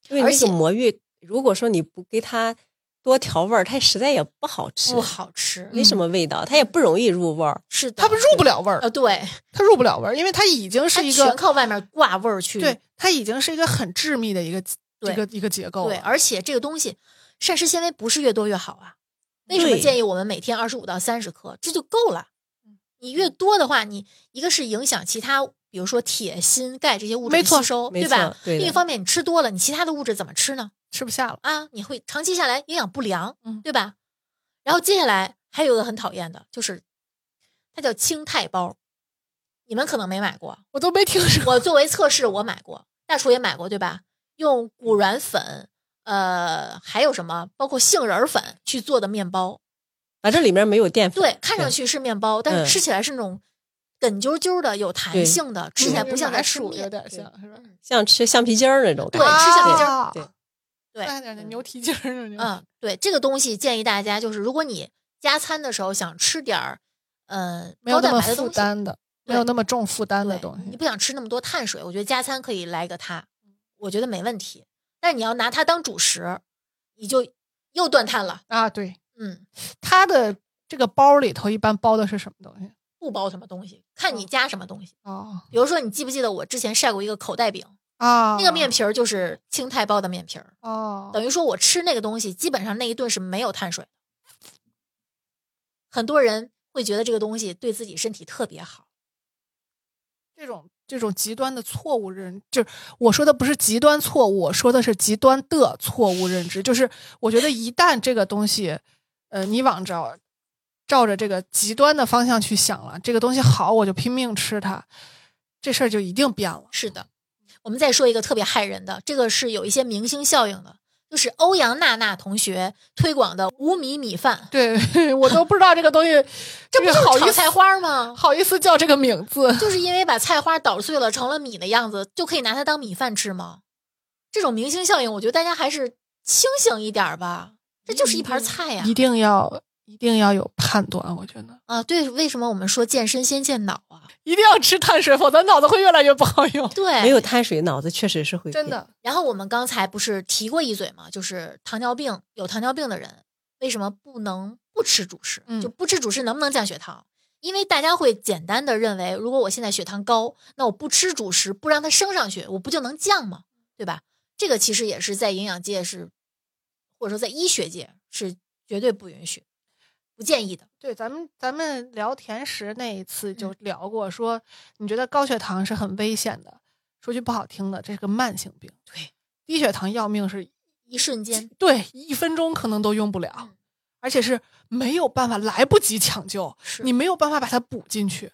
因为而那且个魔芋，如果说你不给它多调味儿，它实在也不好吃，不好嗯吃。没什么味道，它也不容易入味儿。是的，它不入不了味儿呃，，对，它入不了味儿，因为它已经它是一全个靠外面挂味儿去。对，它已经是一个很致密的一个一个一个结构对，了。而且这个东西膳食纤维不是越多越好啊。为什么对建议我们每天二十五到三十克，这就够了。你越多的话，你一个是影响其他，比如说铁、锌、钙这些物质没的错吸收，没对错吧？对的另一方面，你吃多了，你其他的物质怎么吃呢？吃不下了，啊，你会长期下来营养不良，嗯对吧？然后接下来还有一个很讨厌的，就是它叫青肽包，你们可能没买过，我都没听说。我作为测试，我买过，大厨也买过，对吧？嗯用谷软粉，呃，还有什么，包括杏仁儿粉去做的面包，反正里面没有淀粉。对，看上去是面包，但是嗯吃起来是那种梗啾啾的、有弹对性的，吃起来不像在麻吃薯，有面。点像嗯是吧？嗯像吃橡皮筋儿那种感对觉。吃橡皮筋儿啊对对对，带点牛蹄筋儿那种。嗯，对，这个东西建议大家就是，如果你加餐的时候想吃点儿，嗯、没有高那蛋么白的负东西，担的，没对有那么重负担的对东你西。不想吃那么多碳水，我觉得加餐可以来一个它，我觉得没问题。但是你要拿它当主食，你就又断碳了。啊，对，嗯，它的这个包里头一般包的是什么东西？不包什么东西，看你哦加什么东西。哦比如说，你记不记得我之前晒过一个口袋饼，啊，那个面皮儿就是青苔包的面皮儿，哦，等于说我吃那个东西，基本上那一顿是没有碳水的。很多人会觉得这个东西对自己身体特别好，这种这种极端的错误认，就是我说的不是极端错误，我说的是极端的错误认知。就是我觉得一旦这个东西，呃，你往着照着这个极端的方向去想了，这个东西好，我就拼命吃它，这事儿就一定变了。是的，我们再说一个特别害人的，这个是有一些明星效应的，就是欧阳娜娜同学推广的无米米饭，对我都不知道这个东西， 这这不个就是好炒意思菜花吗？好意思叫这个名 字。就是因为把菜花捣碎了成了米的样子，就可以拿它当米饭吃吗？这种明星效应，我觉得大家还是清醒一点儿吧。这就是一盘菜呀、嗯一定要一定要有判断，我觉得啊！对，为什么我们说健身先健脑啊？一定要吃碳水，否则脑子会越来越不好用。对，没有碳水，脑子确实是会 真变。的，然后我们刚才不是提过一嘴吗？就是糖尿病有糖尿病的人为什么不能不吃主食？嗯就不吃主食能不能降血糖？因为大家会简单的认为，如果我现在血糖高，那我不吃主食，不让它升上去，我不就能降吗？对吧？这个其实也是在营养界是，或者说在医学界是绝对不允许、不建议的。对，咱们咱们聊甜食那一次就聊过，说你觉得高血糖是很危险的，说句不好听的，这是个慢性病。对，低血糖要命是，一瞬 间，对，一分钟可能都用不嗯了，而且是没有办法，来不及抢救，是你没有办法把它补进去。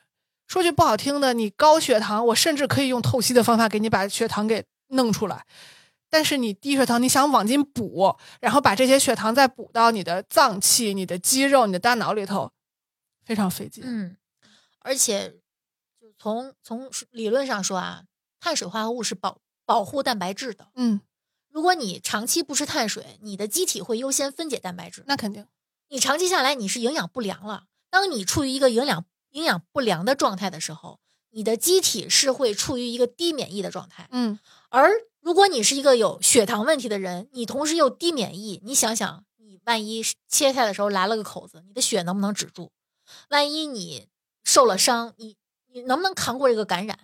说句不好听的，你高血糖，我甚至可以用透析的方法给你把血糖给弄出来。但是你低血糖，你想往进补，然后把这些血糖再补到你的脏器、你的肌肉、你的大脑里头，非常费劲。嗯，而且就从从理论上说啊，碳水化合物是保保护蛋白质的。嗯，如果你长期不吃碳水，你的机体会优先分解蛋白质。那肯定。你长期下来，你是营养不良了。当你处于一个营养营养不良的状态的时候，你的机体是会处于一个低免疫的状态。嗯，而如果你是一个有血糖问题的人，你同时又低免疫，你想想，你万一是切菜的时候来了个口子，你的血能不能止住？万一你受了伤，你你能不能扛过这个感染？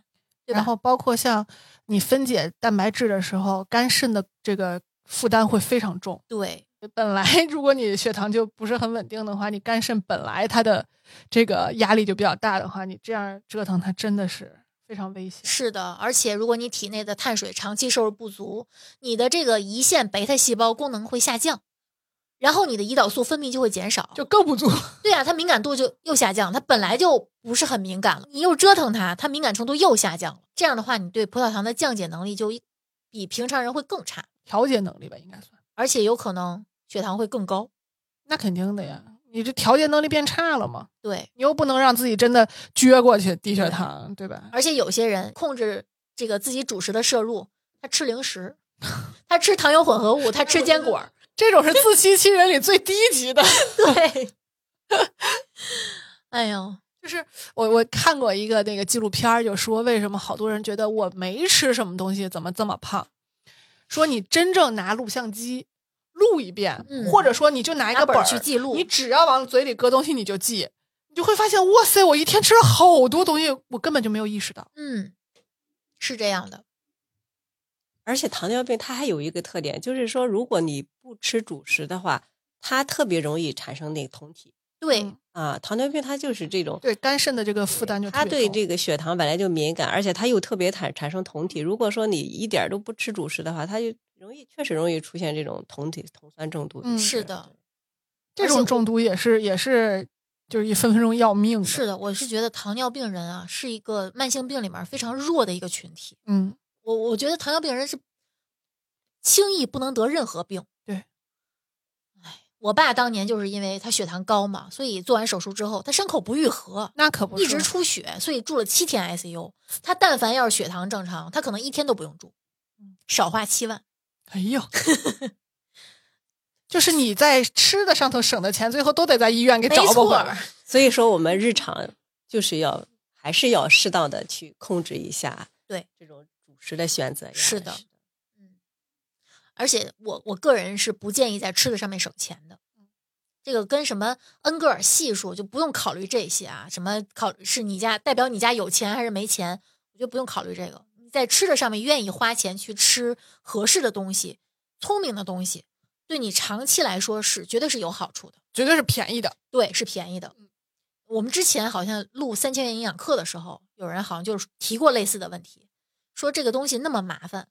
对吧？然后包括像你分解蛋白质的时候，肝肾的这个负担会非常重。对， 本来如果你血糖就不是很稳定的话，你肝肾本来它的这个压力就比较大的话，你这样折腾它真的是非常危险。是的，而且如果你体内的碳水长期摄入不足，你的这个胰腺贝塔细胞功能会下降，然后你的胰岛素分泌就会减少。就更不足，对啊，它敏感度就又下降，它本来就不是很敏感了，你又折腾它，它敏感程度又下降了。这样的话，你对葡萄糖的降解能力就一比平常人会更差， 调节能力吧，应该算。而且有可能血糖会更高。那肯定的呀，你这调节能力变差了嘛，对，你又不能让自己真的撅过去低血糖，对吧？而且有些人控制这个自己主食的摄入，他吃零食，他吃糖油混合物，他吃坚果儿，这种是自欺欺人里最低级的。对， 哎呦，就是我我看过一个那个纪录片儿，就说为什么好多人觉得我没吃什么东西，怎么这么胖？说你真正拿录像机录一遍，嗯或者说你就拿一拿个本儿儿去记录你只要往嘴里搁东西你就记，你就会发现，哇塞，我一天吃了嗯好多东西，我根本就没有意识到。嗯，是这样的。而且糖尿病它还有一个特点，就是说如果你不吃主食的话，它特别容易产生那个酮体对，嗯啊。糖尿病它就是这种，对肝肾的这个负担就特它别对重这个血糖本来就敏感，而且它又特别产产生酮体。如果说你一点儿都不吃主食的话，它就容易确实容易出现这种酮体酮酸中毒。嗯是的，这而且种我中毒也是也是就是一分分钟要命的，是的，我是觉得糖尿病人啊是一个慢性病里面非常弱的一个群体。嗯，我我觉得糖尿病人是轻易不能得任何病。对，哎，我爸当年就是因为他血糖高嘛，所以做完手术之后，他伤口不愈合，那可不是一直出血，所以住了七天 ICU。他但凡要是血糖正常，他可能一天都不用住，嗯少花七万。哎呦， 就是你在吃的上头省的钱，最后都得在医院给没找不错回儿来。，所以说我们日常就是要还是要适当的去控制一下对这种主食的选择呀。是的而且我我个人是不建议在吃的上面省钱的。这个跟什么恩格尔系数就不用考虑这些啊，什么考是你家代表你家有钱还是没钱，我觉得不用考虑这个。你在吃的上面愿意花钱去吃合适的东西、聪明的东西，对你长期来说是绝对是有好处的。绝对是便宜的，对，是便宜的。我们之前好像录三千元营养课的时候，有人好像就是提过类似的问题，说这个东西那么麻烦，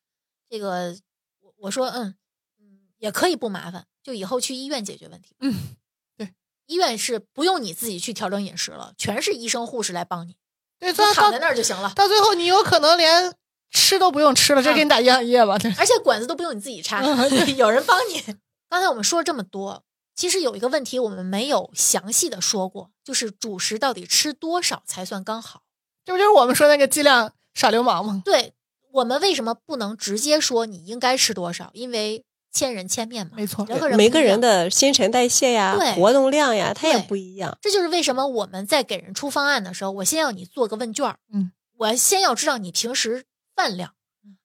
这个我我说嗯嗯也可以不麻烦，就以后去医院解决问题。嗯，对，医院是不用你自己去调整饮食了，全是医生护士来帮你，对，啊你到躺到在那儿就行了，到最后，你有可能连吃都不用吃嗯了，直接给你打营养液吧。 这而且管子都不用你自己插，嗯有人帮你。刚才我们说了这么多，其实有一个问题我们没有详细的说过，就是主食到底吃多少才算刚好。这不就是我们说那个剂量耍流氓吗？对我们为什么不能直接说你应该吃多少？因为千人千面嘛，没错人和人每不一个人样，的新陈代谢呀对、活动量呀，它也对不一样。这就是为什么我们在给人出方案的时候，我先要你做个问卷，嗯，我先要知道你平时饭量、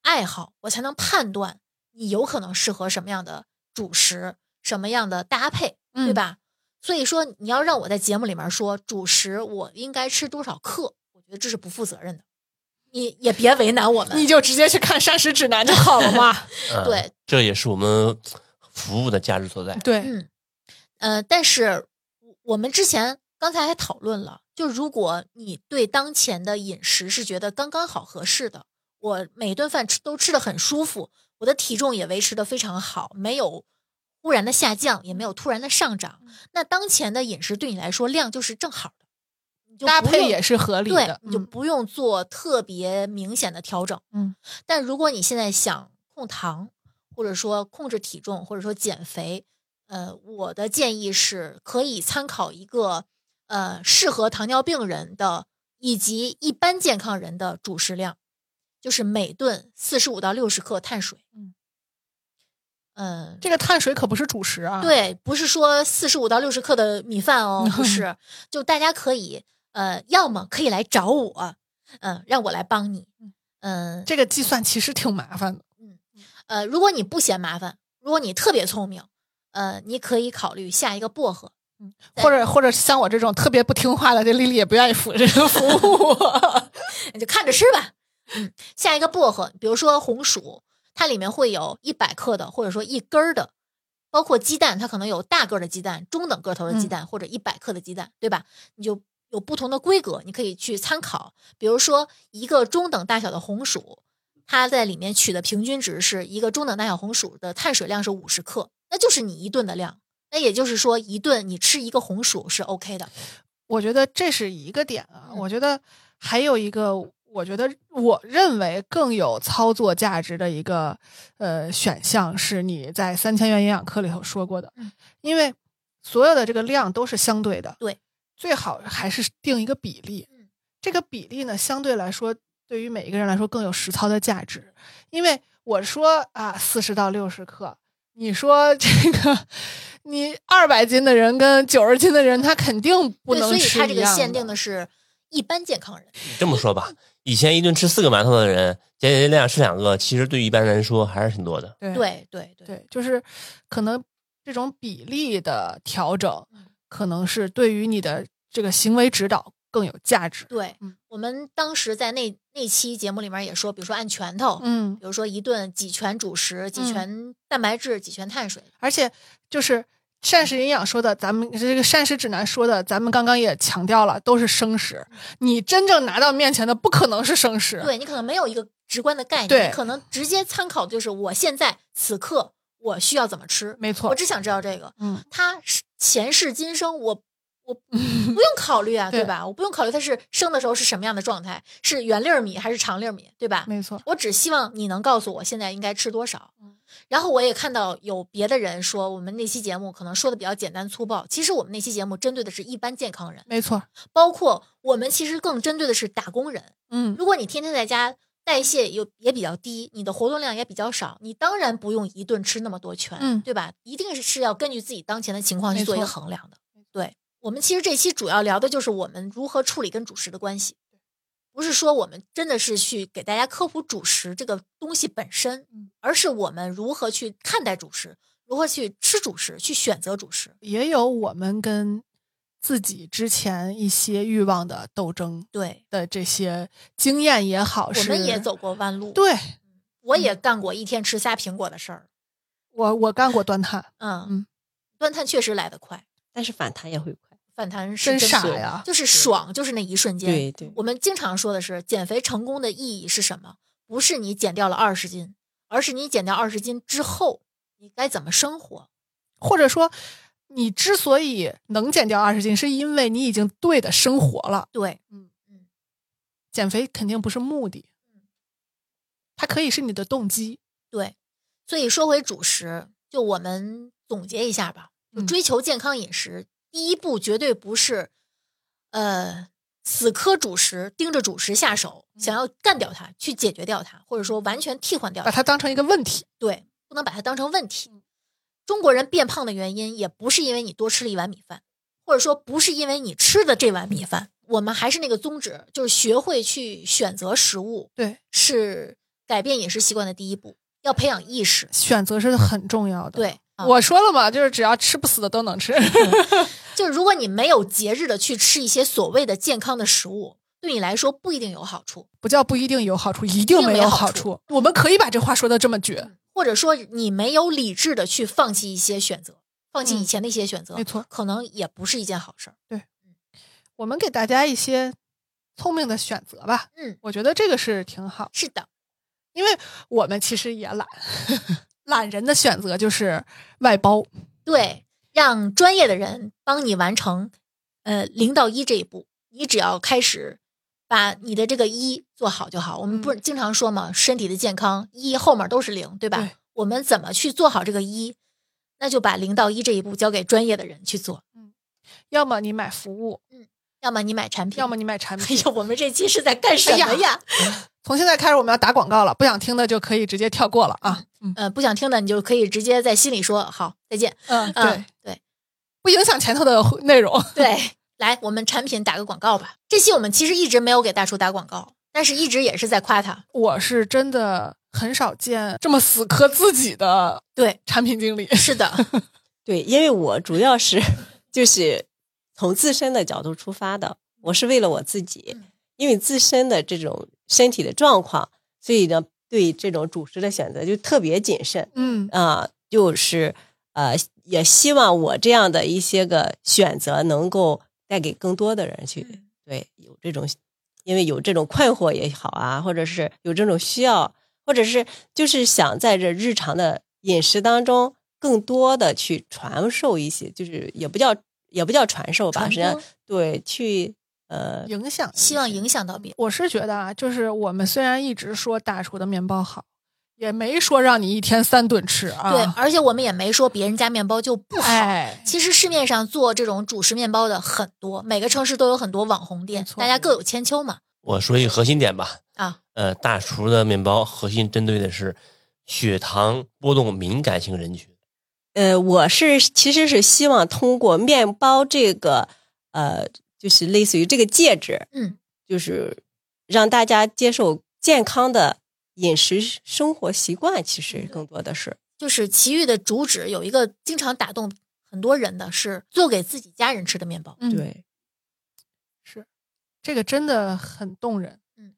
爱好，我才能判断你有可能适合什么样的主食、什么样的搭配，对嗯吧？所以说，你要让我在节目里面说主食我应该吃多少克，我觉得这是不负责任的。你也别为难我们，你就直接去看膳食指南就好了嘛。嗯 对，这也是我们服务的价值所在。对，嗯，呃，但是我我们之前刚才还讨论了，就如果你对当前的饮食是觉得刚刚好合适的，我每顿饭吃都吃的很舒服，我的体重也维持的非常好，没有忽然的下降，也没有突然的上涨，嗯那当前的饮食对你来说量就是正好的，你就搭不配用也是合理对的，，你就嗯不用做特别明显的调整。嗯，但如果你现在想控糖，或者说控制体重，或者说减肥，呃，我的建议是可以参考一个呃适合糖尿病人的以及一般健康人的主食量，就是每顿四十五到六十克碳水。嗯，嗯，这个碳水可不是主食啊。，对，不是说四十五到六十克的米饭哦，不是，就大家可以呃，要么可以来找我，嗯、让我来帮你，嗯、这个计算其实挺麻烦的。呃，如果你不嫌麻烦，如果你特别聪明，呃，你可以考虑下一个薄荷，对或者或者像我这种特别不听话的，这丽丽也不愿意服这个服务我。你就看着吃吧。嗯，下一个薄荷，比如说红薯，它里面会有一百克的，或者说一根儿的，包括鸡蛋，它可能有大个儿的鸡蛋、中等个头嗯的鸡蛋，或者一百克的鸡蛋，对吧？你就有不同的规格，你可以去参考。比如说一个中等大小的红薯，它在里面取的平均值是一个中等大小红薯的碳水量是五十克，那就是你一顿的量。那也就是说，一顿你吃一个红薯是 OK 的。我觉得这是一个点啊，嗯我觉得还有一个，我觉得我认为更有操作价值的一个呃选项是你在三千元营养课里头说过的，嗯因为所有的这个量都是相对的，对，最好还是定一个比例，嗯这个比例呢相对来说对于每一个人来说更有实操的价值，因为我说啊四十到六十克，你说这个，你二百斤的人跟九十斤的人，他肯定不对，能所以吃它这一个样限定的的是一般健康人。这么说吧，以前一顿吃四个馒头的人，节节量吃两个，其实对于一般人来说还是挺多的。对对对对对，就是可能这嗯种比例的调整，可能是对于你的这个行为指导更有价值。对嗯，我们当时在那那期节目里面也说，比如说按拳头，嗯，比如说一顿几拳主食，几拳蛋白质，几拳碳水，而且就是膳食营养说的，咱们这个膳食指南说的，咱们刚刚也强调了，都是生食。你真正拿到面前的，不可能是生食。嗯对你可能没有一个直观的概念，啊对你可能直接参考就是我现在此刻我需要怎么吃，没错我只想知道这个，嗯，它是前世今生我。我不用考虑啊，对对吧？我不用考虑它是生的时候是什么样的状态，是圆粒儿米还是长粒儿米，对吧？没错。我只希望你能告诉我现在应该吃多少。然后我也看到有别的人说，我们那期节目可能说的比较简单粗暴，其实我们那期节目针对的是一般健康人，没错，包括我们其实更针对的是打工人。嗯，如果你天天在家，代谢又也比较低，你的活动量也比较少，你当然不用一顿吃那么多拳，嗯对吧？一定是是要根据自己当前的情况去没做一个错衡量的。对我们其实这期主要聊的就是我们如何处理跟主食的关系，不是说我们真的是去给大家科普主食这个东西本身，嗯而是我们如何去看待主食，如何去吃主食，去选择主食。也有我们跟自己之前一些欲望的斗争对，的这些经验也好，我们是也走。过弯路，对嗯我也干过一天吃仨苹果的事儿。我，我干过端碳，嗯嗯，端碳确实来得快。但是反弹也会快。反弹是真真傻爽呀！就是爽，就是那一瞬间。对对我们经常说的是，减肥成功的意义是什么？不是你减掉了二十斤，而是你减掉二十斤之后，你该怎么生活？或者说，你之所以能减掉二十斤，是因为你已经对的生活了。对，嗯减肥肯定不是目的，它可以是你的动机。对。所以说回主食，就我们总结一下吧。就嗯追求健康饮食，第一步绝对不是，呃，死磕主食，盯着主食下手，嗯想要干掉它，去解决掉它，或者说完全替换掉它把。它当成一个问题。对，不能把它当成问嗯题。中国人变胖的原因也不是因为你多吃了一碗米饭，或者说不是因为你吃的这碗米饭。我们还是那个宗旨，就是学会去选择食物，对，是改变饮食习惯的第一步，要培养意识。选择是很重要的。，对，啊我说了嘛，就是只要吃不死的都能吃。 就是如果你没有节日的去吃一些所谓的健康的食物，对你来说不一定有好处，不叫不一定有好处，一定一定没没有好好处处。我们可以把这话说的这么绝，或者说你没有理智的去放弃一些选择，放弃以前的一些选择，嗯没错可能也不是一件好事儿。我们给大家一些聪明的选择吧。嗯，我觉得这个是挺好，是的，因为我们其实也懒， 懒人的选择就是外包。对，让专业的人帮你完成，呃，零到一这一步，你只要开始把你的这个一做好就好。我们不嗯是经常说嘛，身体的健康一后面都是零，对吧？对我们怎么去做好这个一？那就把零到一这一步交给专业的人去做，要么你买服务，要么你买产品，要么你买产哎品。呀，我们这期是在干什么呀？哎从现在开始我们要打广告了，不想听的就可以直接跳过了啊。嗯呃，不想听的你就可以直接在心里说好，再见。嗯，对嗯，，对。不影响前头的内容。对，来，我们产品打个广告吧。这期我们其实一直没有给大厨打广告，但是一直也是在夸他。 我是真的很少见这么死磕自己的对，产品经理。是的， 对，因为我主要是就是从自身的角度出发的，我是为了我自己嗯，因为自身的这种身体的状况，所以呢，对这种主食的选择就特别谨慎嗯啊、就是呃，也希望我这样的一些个选择能够带给更多的人嗯去对有这种，因为有这种困惑也好啊，或者是有这种需要，或者是就是想在这日常的饮食当中更多的去传授一些，就是也不叫也不叫传授吧，传实际上播对去呃影响希望影响到别人。我是觉得啊，就是我们虽然一直说大厨的面包好，也没说让你一天三顿吃啊。对，而且我们也没说别人家面包就不好。哎，其实市面上做这种主食面包的很多，每个城市都有很多网红店没，错大家各有千秋嘛。我说一个核心点吧，啊，呃，大厨的面包核心针对的是血糖波动敏感型人群，呃，我是其实是希望通过面包这个呃，就是类似于这个戒指，嗯，就是让大家接受健康的饮食生活习惯，其嗯实更多的是就是奇遇的主旨有一个经常打动嗯很多人的是做给自己家人吃的面包。嗯，对。是这个真的很动人，嗯，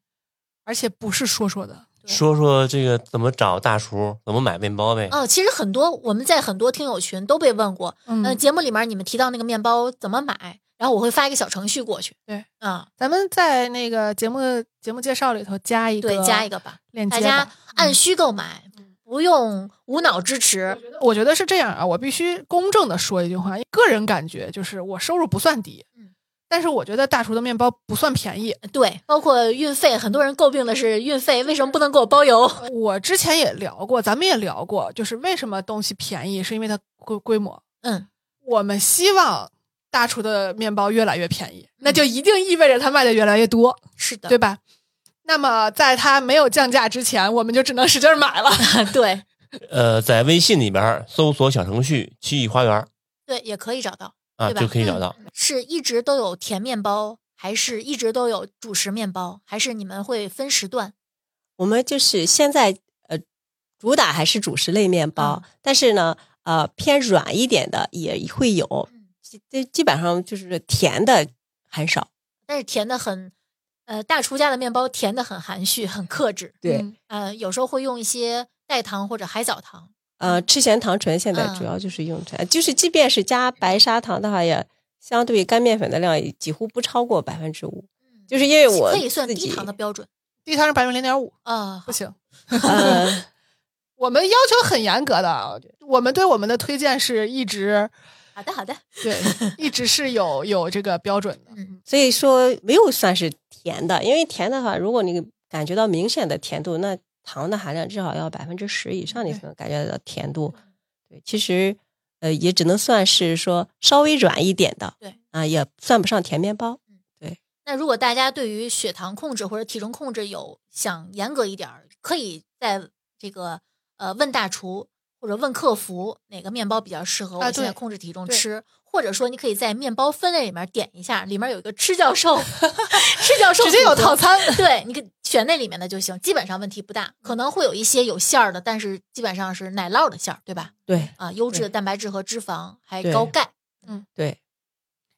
而且不是说说的，说说这个怎么找大厨，怎么买面包呗？哦，其实很多我们在很多听友群都被问过，嗯呃，节目里面你们提到那个面包怎么买，然后我会发一个小程序过去。对啊，咱们在那个节目节目介绍里头加一个，嗯对，加一个吧，链大接吧。家按需购买，不用无脑支持。我觉得是这样啊，我必须公正的说一句话，个人感觉就是我收入不算低，嗯但是我觉得大厨的面包不算便宜。对，包括运费，很多人诟病的是运费为什么不能给我包邮？ 我之前也聊过，咱们也聊过，就是为什么东西便宜，是因为它规规模。嗯，我们希望大厨的面包越来越便宜，嗯那就一定意味着它卖的越来越多，是的，对吧？那么在它没有降价之前，我们就只能使劲儿买 了。对呃，在微信里边搜索小程序“七亿花园对，也可以找到，”啊，对吧嗯就可以找到。是一直都有甜面包，还是一直都有主食面包，还是你们会分时段？我们就是现在呃，主打还是主食类面包，嗯但是呢，呃，偏软一点的也会有嗯，基这基本上就是甜的很少。但是甜的很，呃，大厨家的面包甜的很含蓄，很克制。对嗯呃，有时候会用一些代糖或者海藻糖。呃，吃咸糖醇现在嗯主要就是用这，就是即便是加白砂糖的话，也相对干面粉的量也几乎不超过百分之五。嗯就是因为我可以算自低己糖的标准低糖是百分之零点五，啊不，行。呃， 我们要求很严格的，啊我们对我们的推荐是一直好的好的，对，一直是有有这个标准的。嗯，所以说没有算是甜的，因为甜的话，如果你感觉到明显的甜度，那糖的含量至少要百分之十以上，你才能感觉到甜度。嗯对，其实呃也只能算是说稍微软一点的，对嗯啊、也算不上甜面包。那如果大家对于血糖控制或者体重控制有想严格一点儿，可以在这个呃问大厨或者问客服哪个面包比较适合啊我现在对控制体重对吃。或者说，你可以在面包分类里面点一下，里面有一个吃 教授，吃教授直接有组套合餐，嗯对，你可以选那里面的就行，基本上问题不大。可能会有一些有馅儿的，但是基本上是奶酪的馅儿，对吧？对啊，优质的蛋白质和脂肪，还对高钙。对，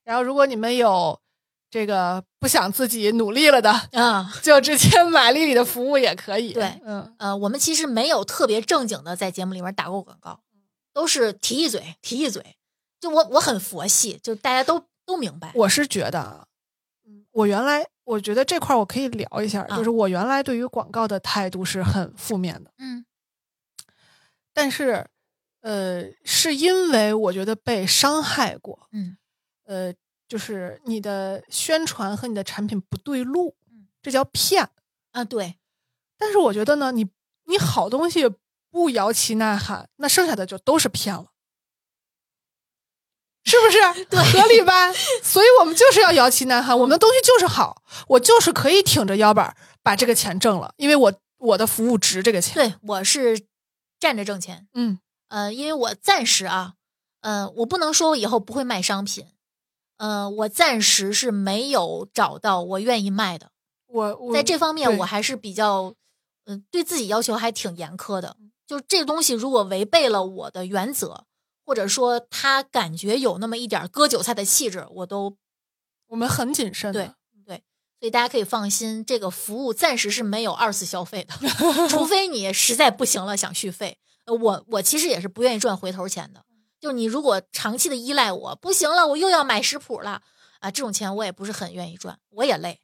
然后，如果你们有这个不想自己努力了的，啊，就直 接买丽丽的服务也可以。对嗯，呃，我们其实没有特别正经的在节目里面打过广告，都是提一嘴，提一嘴。就我我很佛系，就大家都都明白。我是觉得啊，嗯，我原来我觉得这块儿我可以聊一下，啊就是我原来对于广告的态度是很负面的，嗯但是，呃，是因为我觉得被伤害过，嗯呃，就是你的宣传和你的产品不对路嗯，这叫骗。啊，对但是我觉得呢，你你好东西不摇旗呐喊，那剩下的就都是骗了，是不 是？对，合理吧？所以我们就是要摇旗呐喊，我们的东西就是好，我就是可以挺着腰板儿把这个钱挣了，因为我我的服务值这个钱。对，我是站着挣钱。嗯，呃，因为我暂时啊，呃，我不能说我以后不会卖商品，呃，我暂时是没有找到我愿意卖的，我我在这方面对我还是比较，嗯、对自己要求还挺严苛的。就是这东西如果违背了我的原则，或者说他感觉有那么一点儿割韭菜的气质，我都，我们很谨慎的。对所以大家可以放心，这个服务暂时是没有二次消 费的，除非你实在不行了想续费。呃我我其实也是不愿意赚回头钱的，嗯就你如果长期的依赖我，不行了，我又要买食谱了啊，这种钱我也不是很愿意赚，我也累。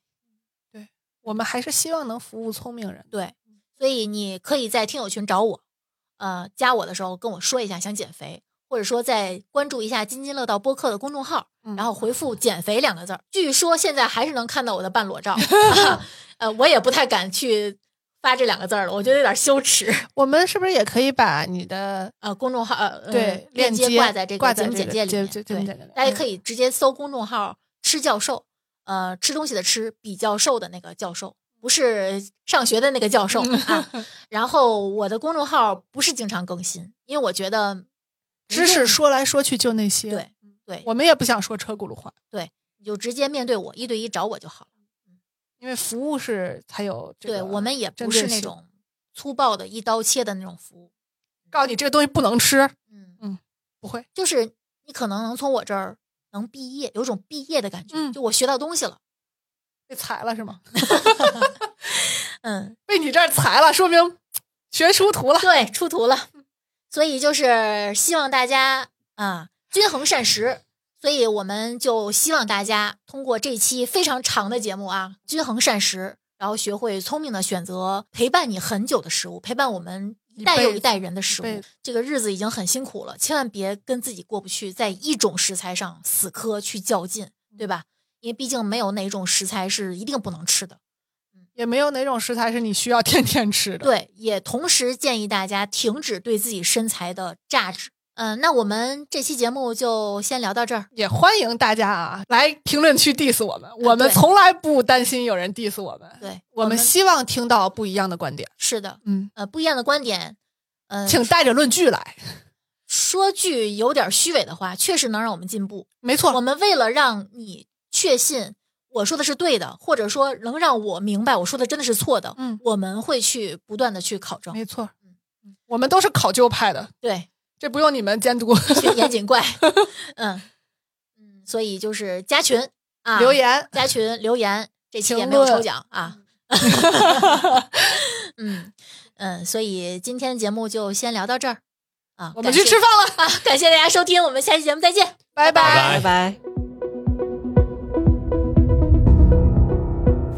我们还是希望能服务聪明人。对，所以你可以在听友群找我，呃，加我的时候跟我说一下想减肥，或者说再关注一下津津乐道播客的公众号，嗯然后回复“减肥”两个字儿。据说现在还是能看到我的半裸照， 啊呃，我也不太敢去发这两个字儿了，我觉得有点羞耻。我们是不是也可以把你的呃，公众号呃对嗯链链接挂在这挂个在节这目简个介里节面，节节目简对介里大嗯家可以直接搜公众号“吃教授”，呃，吃东西的吃，比较瘦的那个教授，不是上学的那个教授嗯啊。 然后我的公众号不是经常更新，因为我觉得知识说来说去就那些？对，对，我们也不想说车轱辘话，你就直接面对我，一对一找我就好了。因为服务是才有这个。对我们也针不对是那性种粗暴的一刀切的那种服务，告诉你这个东西不能吃，嗯，不会。就是你可能能从我这儿能毕业，有种毕业的感觉，嗯就我学到东西了，被裁了是吗？嗯，被你这儿裁了，说明学出图了。对，出图了。所以就是希望大家啊均衡膳食。所以我们就希望大家通过这期非常长的节目啊，均衡膳食，然后学会聪明的选择陪伴你很久的食物，陪伴我们一代又一代人的一食辈物子。这个日子已经很辛苦了，千万别跟自己过不去，在一种食材上死磕去较劲，对吧？因为毕竟没有哪种食材是一定不能吃的。也没有哪种食材是你需要天天吃的。对，也同时建议大家停止对自己身材的榨制。嗯，那我们这期节目就先聊到这儿。也欢迎大家啊来评论区 diss 我们，我们对从来不担心有人 diss 我们，对我们希望听到不一样的观点。是的，嗯，呃，不一样的观点，嗯、请带着论据来，说句有点虚伪的话，确实能让我们进步。没我错，们为了让你确信我说的是对的，或者说能让我明白我说的真的是错的，嗯我们会去不断的去考证。没错，嗯我们都是考究派的，对，这不用你们监督。群严 谨怪，嗯嗯，所以就是加群啊，留言加群留言，这期评也没有抽论奖啊。 嗯嗯，所以今天节目就先聊到这儿啊，我们感去谢吃饭了，啊，感谢大家收听，我们下期节目再见。拜拜拜拜拜。